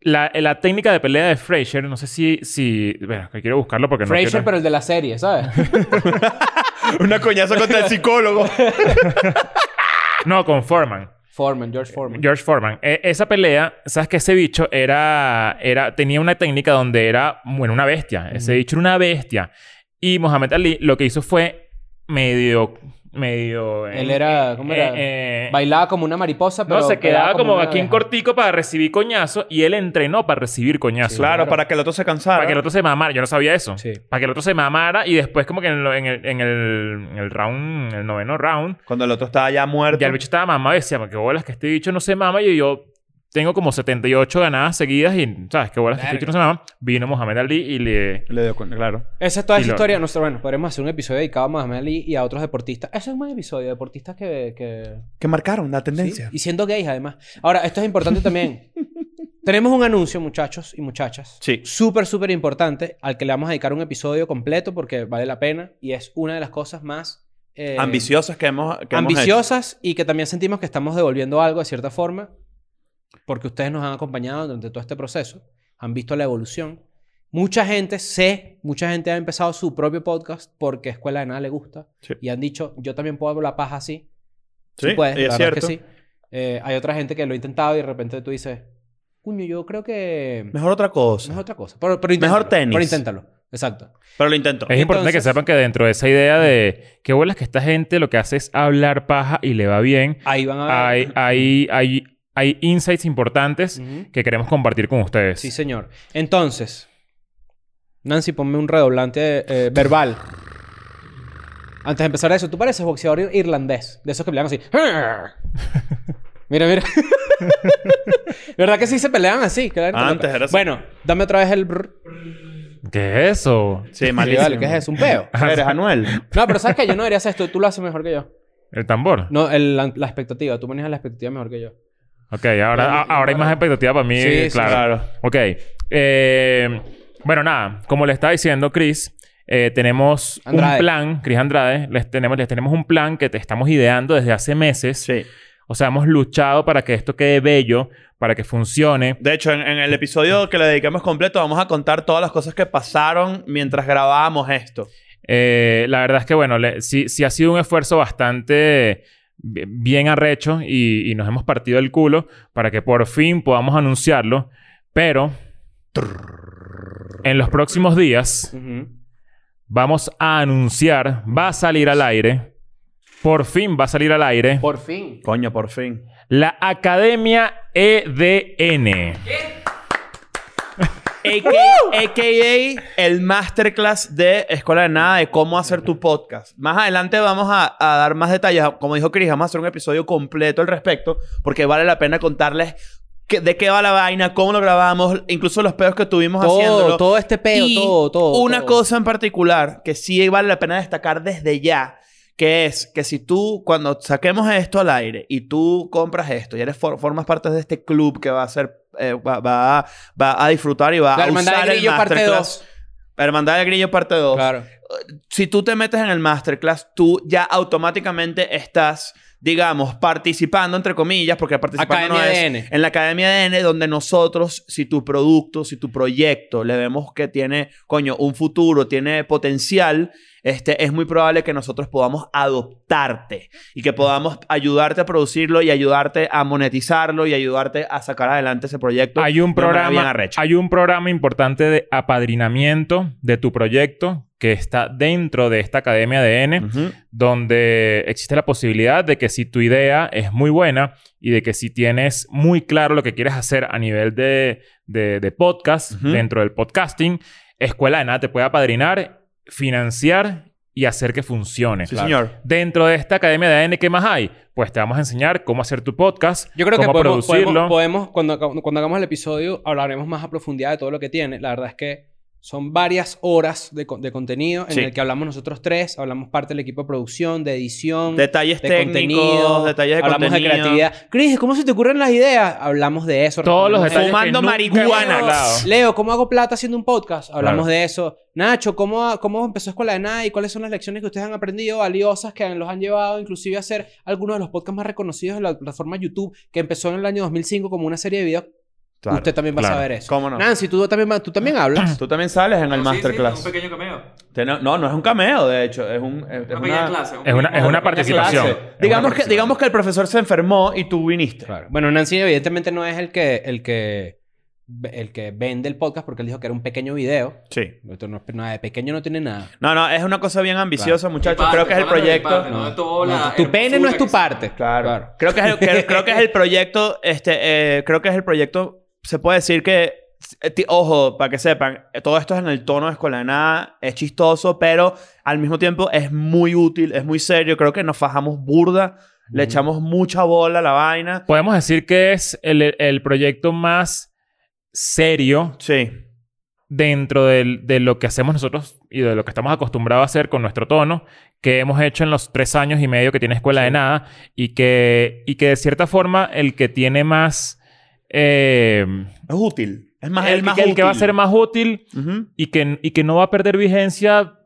Speaker 2: La, la técnica de pelea de Fraser, no sé si. si bueno, que quiero buscarlo porque no.
Speaker 4: Frazier,
Speaker 2: quiero-
Speaker 4: pero el de la serie, ¿sabes?
Speaker 3: Una coñazo contra el psicólogo.
Speaker 2: No, con Foreman.
Speaker 4: Foreman, George Foreman.
Speaker 2: George Foreman. E- esa pelea, sabes que ese bicho era, era, tenía una técnica donde era, bueno, una bestia. Ese bicho era una bestia. Y Mohamed Ali lo que hizo fue medio medio...
Speaker 4: Él era- ¿cómo era?
Speaker 2: eh, eh,
Speaker 4: Bailaba como una mariposa, pero.
Speaker 2: no, se
Speaker 4: pegaba
Speaker 2: quedaba como,
Speaker 4: una
Speaker 2: aquí en
Speaker 4: abeja.
Speaker 2: cortico para recibir coñazo y él entrenó para recibir coñazo.
Speaker 3: Claro, para que el otro se cansara.
Speaker 2: Para que el otro se mamara. Yo no sabía eso.
Speaker 4: Sí.
Speaker 2: Para que el otro se mamara y después como que en, lo- en el, en el- en el round, en el noveno round,
Speaker 3: Cuando el otro estaba ya muerto.
Speaker 2: ya el bicho estaba mamado y decía, "Ma, qué bolas que este bicho no se mama y yo tengo como 78 ganadas seguidas y, ¿sabes? Qué bolas que este
Speaker 4: Verga.
Speaker 2: bicho no se mama. Vino Mohamed Ali y le...
Speaker 3: Le dio con- claro.
Speaker 4: Esa es toda
Speaker 2: Y
Speaker 4: esa
Speaker 2: lo-
Speaker 4: historia. Nosotros, bueno, podremos hacer un episodio dedicado a Mohamed Ali y a otros deportistas. Eso es un buen episodio, deportistas que. que-
Speaker 3: Que marcaron la
Speaker 4: ¿sí?
Speaker 3: tendencia.
Speaker 4: Y siendo gays, además. Ahora, esto es importante también. Tenemos un anuncio, muchachos y muchachas.
Speaker 3: Sí.
Speaker 4: Súper, súper importante, al que le vamos a dedicar un episodio completo porque vale la pena y es una de las cosas más. eh,
Speaker 3: ambiciosas que hemos, que hemos hecho.
Speaker 4: ambiciosas y que también sentimos que estamos devolviendo algo de cierta forma, porque ustedes nos han acompañado durante todo este proceso, han visto la evolución. Mucha gente, sé, mucha gente ha empezado su propio podcast porque Escuela de Nada le gusta
Speaker 3: Sí.
Speaker 4: y han dicho, yo también puedo hablar la paja así.
Speaker 3: Sí,
Speaker 4: puedes,
Speaker 3: y
Speaker 4: pues, la
Speaker 3: es
Speaker 4: verdad que
Speaker 3: cierto.
Speaker 4: sí. Eh, hay otra gente que lo ha intentado y de repente tú dices, coño, yo creo que...
Speaker 3: Mejor otra cosa.
Speaker 4: Mejor otra cosa. Pero, pero
Speaker 3: Mejor
Speaker 4: inténtalo,
Speaker 3: tenis.
Speaker 4: Pero inténtalo. Exacto.
Speaker 3: Pero lo intento.
Speaker 2: Es importante que
Speaker 4: Entonces-
Speaker 2: sepan que dentro de esa idea de qué bolas que esta gente lo que hace es hablar paja y le va bien,
Speaker 4: Ahí van a ver.
Speaker 2: hay, hay, hay, hay insights importantes
Speaker 4: Ujú.
Speaker 2: que queremos compartir con ustedes.
Speaker 4: Sí, señor. Entonces, Nancy, ponme un redoblante eh, verbal. Antes de empezar eso, tú pareces boxeador ir- irlandés, de esos que pelean así. Mira, mira. ¿Verdad que sí se peleaban así? Claro.
Speaker 3: Antes era así.
Speaker 4: Bueno, dame otra vez el. brr.
Speaker 2: ¿Qué es eso?
Speaker 3: Sí,
Speaker 4: Sí,
Speaker 3: malísimo.
Speaker 4: vale, ¿Qué es eso? ¿Un peo?
Speaker 3: Eres Anuel.
Speaker 4: No, pero sabes que yo no debería hacer esto. Tú lo haces mejor que yo.
Speaker 2: El tambor.
Speaker 4: No, el- la, la expectativa. Tú manejas la expectativa mejor que yo.
Speaker 2: Ok, ahora, a-
Speaker 4: Claro.
Speaker 2: ahora hay más expectativa para mí.
Speaker 4: Sí, sí,
Speaker 2: claro.
Speaker 3: claro.
Speaker 2: Ok. eh, bueno, nada. Como le estaba diciendo, Chris, eh, tenemos
Speaker 4: Andrade.
Speaker 2: un plan, Chris Andrade, les tenemos, les tenemos un plan que te estamos ideando desde hace meses.
Speaker 3: Sí.
Speaker 2: O sea, hemos luchado para que esto quede bello, para que funcione.
Speaker 3: De hecho, en, en el episodio que le dedicamos completo, vamos a contar todas las cosas que pasaron mientras grabábamos esto.
Speaker 2: Eh, la verdad es que, bueno, le- sí, sí ha sido un esfuerzo bastante bi- bien arrecho y, y nos hemos partido el culo para que por fin podamos anunciarlo. Pero en los próximos días vamos a anunciar, va a salir al aire, por fin va a salir al aire,
Speaker 4: Por fin.
Speaker 3: Coño, por fin.
Speaker 2: la Academia E EDN.
Speaker 3: AKA, el masterclass de Escuela de Nada de cómo hacer tu podcast. Más adelante vamos a, a dar más detalles. Como dijo Chris, vamos a hacer un episodio completo al respecto porque vale la pena contarles qué- de qué va la vaina, cómo lo grabamos, incluso los pedos que tuvimos haciéndolo.
Speaker 4: Todo, todo este peo,
Speaker 3: Y
Speaker 4: todo, todo.
Speaker 3: Una
Speaker 4: todo.
Speaker 3: cosa en particular que sí vale la pena destacar desde ya, que es que si tú, cuando saquemos esto al aire y tú compras esto y eres for- formas parte de este club que va a ser, eh, va, va- va a disfrutar y va
Speaker 4: La
Speaker 3: a
Speaker 4: hermandad
Speaker 3: usar
Speaker 4: del grillo
Speaker 3: el
Speaker 4: parte
Speaker 3: masterclass.
Speaker 4: 2.
Speaker 3: Hermandad del Grillo parte 2.
Speaker 4: Claro.
Speaker 3: Si tú te metes en el masterclass, tú ya automáticamente estás, digamos, participando, entre comillas, porque participando no
Speaker 4: Academia
Speaker 3: es...
Speaker 4: ADN.
Speaker 3: En la Academia ADN, donde nosotros, si tu producto, si tu proyecto le vemos que tiene, coño, un futuro, tiene potencial, este, es muy probable que nosotros podamos adoptarte y que podamos ayudarte a producirlo y ayudarte a monetizarlo y ayudarte a sacar adelante ese proyecto.
Speaker 2: Hay un
Speaker 3: de manera bien
Speaker 2: programa,
Speaker 3: arrecha.
Speaker 2: hay un programa importante de apadrinamiento de tu proyecto que está dentro de esta Academia E ADN,
Speaker 3: Ujú.
Speaker 2: donde existe la posibilidad de que si tu idea es muy buena y de que si tienes muy claro lo que quieres hacer a nivel de, de- de podcast,
Speaker 3: Ujú.
Speaker 2: dentro del podcasting, Escuela de Nada te puede apadrinar, financiar y hacer que funcione.
Speaker 3: Sí, señor.
Speaker 2: Dentro de esta Academia de ADN, ¿qué más hay? Pues te vamos a enseñar cómo hacer tu podcast,
Speaker 4: Yo creo que
Speaker 2: cómo
Speaker 4: podemos,
Speaker 2: producirlo.
Speaker 4: podemos, podemos- cuando, acab- cuando hagamos el episodio, hablaremos más a profundidad de todo lo que tiene. La verdad es que son varias horas de, co- de contenido en
Speaker 3: Sí.
Speaker 4: el que hablamos nosotros tres, hablamos parte del equipo de producción, de edición,
Speaker 3: Detalles
Speaker 4: de
Speaker 3: técnicos,
Speaker 4: contenido,
Speaker 3: detalles de
Speaker 4: hablamos
Speaker 3: contenido.
Speaker 4: de creatividad. Cris, ¿cómo se te ocurren las ideas? Hablamos de eso.
Speaker 2: Todos
Speaker 4: recomendamos-
Speaker 2: los detalles que
Speaker 3: Fumando
Speaker 2: nunca hemos
Speaker 3: marihuana.
Speaker 2: hablado.
Speaker 4: Leo, ¿cómo hago plata haciendo un podcast? Hablamos
Speaker 2: Claro.
Speaker 4: de eso. Nacho, ¿cómo, ¿cómo empezó Escuela de Nada y cuáles son las lecciones que ustedes han aprendido valiosas que los han llevado inclusive a hacer algunos de los podcasts más reconocidos de la plataforma YouTube que empezó en el año 2005 como una serie de videos?
Speaker 3: Claro,
Speaker 4: Usted también va
Speaker 2: claro.
Speaker 4: a saber eso.
Speaker 3: ¿Cómo no?
Speaker 4: Nancy, tú también, va- tú también hablas.
Speaker 3: Tú también sales en el
Speaker 7: Ah, Sí, sí,
Speaker 3: masterclass.
Speaker 7: un pequeño cameo.
Speaker 3: Te- no, no, no es un cameo, de hecho. Es un... es- es
Speaker 7: Una
Speaker 3: una-
Speaker 7: pequeña clase.
Speaker 2: Es una- es una
Speaker 7: pequeña
Speaker 2: participación.
Speaker 7: clase.
Speaker 2: Es una
Speaker 3: Digamos que,
Speaker 2: participación.
Speaker 3: digamos que el profesor se enfermó y tú viniste.
Speaker 4: Bueno, Nancy evidentemente no es el que, el que el que vende el podcast porque él dijo que era un pequeño video.
Speaker 3: Sí.
Speaker 4: Esto no es nada de pequeño, no tiene nada.
Speaker 3: No, no, es una cosa bien ambiciosa, muchachos.
Speaker 7: Mi parte,
Speaker 3: Creo que es el
Speaker 7: hablando de mi
Speaker 3: proyecto.
Speaker 7: parte, no de toda
Speaker 4: No,
Speaker 7: la
Speaker 4: tu pene no es tu
Speaker 7: hermosura que-
Speaker 4: parte.
Speaker 3: Claro. Creo que es el, que- creo que es el proyecto, este, eh, creo que es el proyecto, se puede decir que, eh, ti- ojo, para que sepan, eh, todo esto es en el tono de escuela de nada, es chistoso, pero al mismo tiempo es muy útil, es muy serio, creo que nos fajamos burda, le echamos mucha bola a la vaina.
Speaker 2: Podemos decir que es el, el proyecto más serio
Speaker 3: Sí,
Speaker 2: dentro del- de lo que hacemos nosotros y de lo que estamos acostumbrados a hacer con nuestro tono, que hemos hecho en los tres años y medio que tiene Escuela de Nada y que, y que de cierta forma el que tiene más... eh,
Speaker 3: es útil. Es más,
Speaker 2: el,
Speaker 3: el, más
Speaker 2: que- el que va a
Speaker 3: útil.
Speaker 2: ser más útil
Speaker 3: Ujú.
Speaker 2: y que, y que no va a perder vigencia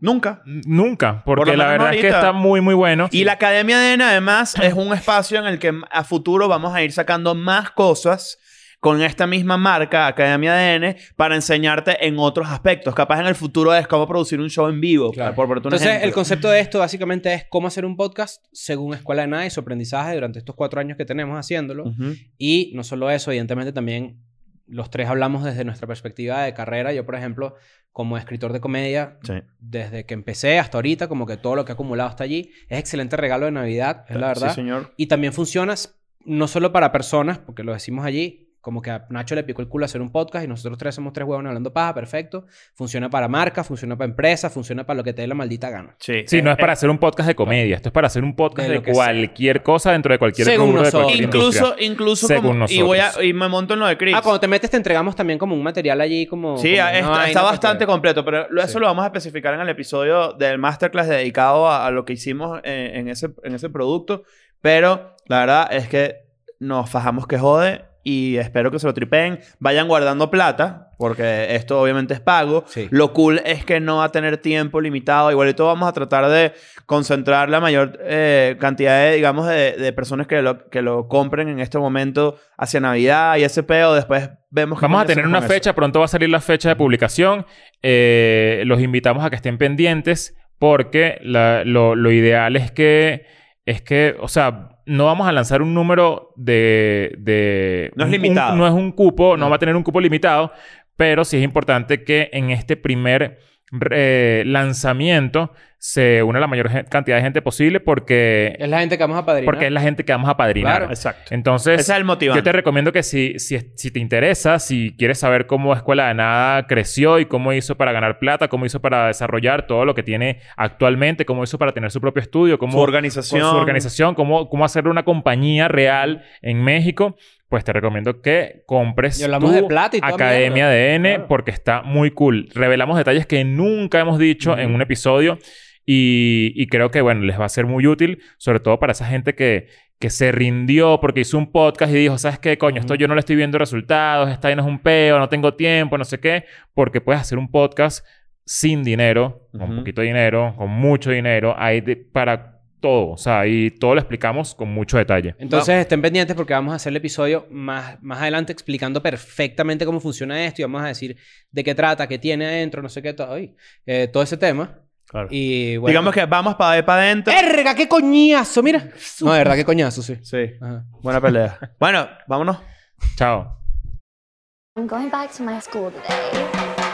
Speaker 3: Nunca.
Speaker 2: nunca,
Speaker 3: lo
Speaker 2: porque la
Speaker 3: menos
Speaker 2: verdad es que
Speaker 3: ahorita.
Speaker 2: está muy, muy bueno.
Speaker 3: Y la Academia de Ena, además, es un espacio en el que a futuro vamos a ir sacando más cosas con esta misma marca, Academia de N, para enseñarte en otros aspectos. Capaz en el futuro es cómo producir un show en vivo.
Speaker 4: Claro.
Speaker 3: Por ponerte un
Speaker 4: Entonces, el
Speaker 3: ejemplo.
Speaker 4: concepto de esto básicamente es cómo hacer un podcast según Escuela de Nada y su aprendizaje durante estos cuatro años que tenemos haciéndolo.
Speaker 3: Ujú.
Speaker 4: Y no solo eso, evidentemente también los tres hablamos desde nuestra perspectiva de carrera. Yo, por ejemplo, como escritor de comedia,
Speaker 3: Sí.
Speaker 4: desde que empecé hasta ahorita, como que todo lo que he acumulado hasta allí, es excelente regalo de Navidad, es la verdad.
Speaker 3: Ah, Sí, señor.
Speaker 4: Y también funciona s- no solo para personas, porque lo decimos allí, como que a Nacho le picó el culo hacer un podcast y nosotros tres somos tres huevones hablando paja, perfecto. Funciona para marcas, funciona para empresas, funciona para lo que te dé la maldita gana.
Speaker 3: Sí.
Speaker 2: Sí, no es para hacer un podcast de comedia. Esto es para hacer un podcast
Speaker 4: De
Speaker 2: de,
Speaker 4: lo que
Speaker 2: cualquier cosa dentro de cualquier
Speaker 4: Según
Speaker 2: rubro, de
Speaker 4: nosotros.
Speaker 2: cualquier industria.
Speaker 3: Incluso, incluso
Speaker 2: Según
Speaker 3: como- y
Speaker 2: nosotros.
Speaker 3: voy a, y me monto en lo de Chris.
Speaker 4: Ah, cuando te metes te entregamos también como un material allí como...
Speaker 3: Sí, ah,
Speaker 4: como una
Speaker 3: está, está
Speaker 4: vaina para
Speaker 3: bastante
Speaker 4: que-
Speaker 3: completo, pero lo- eso
Speaker 4: Sí.
Speaker 3: lo vamos a especificar en el episodio del masterclass dedicado a, a lo que hicimos eh, en, ese, en ese producto. Pero la verdad es que nos fajamos que jode y espero que se lo tripeen. Vayan guardando plata, porque esto obviamente es pago.
Speaker 4: Sí.
Speaker 3: Lo cool es que no va a tener tiempo limitado. Igualito vamos a tratar de concentrar la mayor eh, cantidad de, digamos, de, de personas que lo, que lo compren en este momento hacia Navidad y ese peo. Después vemos qué
Speaker 2: Vamos a
Speaker 3: coño
Speaker 2: tener
Speaker 3: hacemos
Speaker 2: una
Speaker 3: con eso.
Speaker 2: fecha, pronto va a salir la fecha de publicación. Eh, los invitamos a que estén pendientes porque la- lo, lo ideal es que, es que, o sea, no vamos a lanzar un número de... de
Speaker 3: No es
Speaker 2: un-
Speaker 3: limitado.
Speaker 2: un- no es un cupo, no. va a tener un cupo limitado, pero sí es importante que en este primer eh, lanzamiento se una la mayor gen- cantidad de gente posible porque,
Speaker 4: Es la gente que vamos a padrinar.
Speaker 2: porque es la gente que vamos a padrinar.
Speaker 4: Claro.
Speaker 3: Exacto.
Speaker 2: Entonces,
Speaker 3: Ese es el
Speaker 2: yo te
Speaker 3: motivante.
Speaker 2: recomiendo que si, si, si te interesa, si quieres saber cómo Escuela de Nada creció y cómo hizo para ganar plata, cómo hizo para desarrollar todo lo que tiene actualmente, cómo hizo para tener su propio estudio, cómo
Speaker 3: Su organización.
Speaker 2: con su organización, cómo, cómo hacer una compañía real en México, pues te recomiendo que compres
Speaker 4: Y hablamos
Speaker 2: tu
Speaker 4: de plata y toda
Speaker 2: Academia
Speaker 4: mierda.
Speaker 2: de N
Speaker 4: Claro.
Speaker 2: porque está muy cool. Revelamos detalles que nunca hemos dicho en un episodio y, y creo que, bueno, les va a ser muy útil, sobre todo para esa gente que, que se rindió porque hizo un podcast y dijo, ¿sabes qué, coño? Esto yo no le estoy viendo resultados, esta vaina es un peo, no tengo tiempo, no sé qué, porque puedes hacer un podcast sin dinero, con
Speaker 3: Ujú.
Speaker 2: poquito dinero, con mucho dinero, hay de- para todo, o sea, y todo lo explicamos con mucho detalle.
Speaker 4: Entonces estén pendientes porque vamos a hacer el episodio más, más adelante explicando perfectamente cómo funciona esto y vamos a decir de qué trata, qué tiene adentro, no sé qué, todo, ay, eh, todo ese tema.
Speaker 3: Claro.
Speaker 4: Y bueno.
Speaker 3: Digamos que vamos para para adentro.
Speaker 4: ¡Erga, qué coñazo! Mira. No, de verdad, qué coñazo, sí.
Speaker 3: Sí,
Speaker 4: Ajá.
Speaker 3: buena pelea. bueno, vámonos.
Speaker 2: Chao.
Speaker 1: I'm going back to my school today.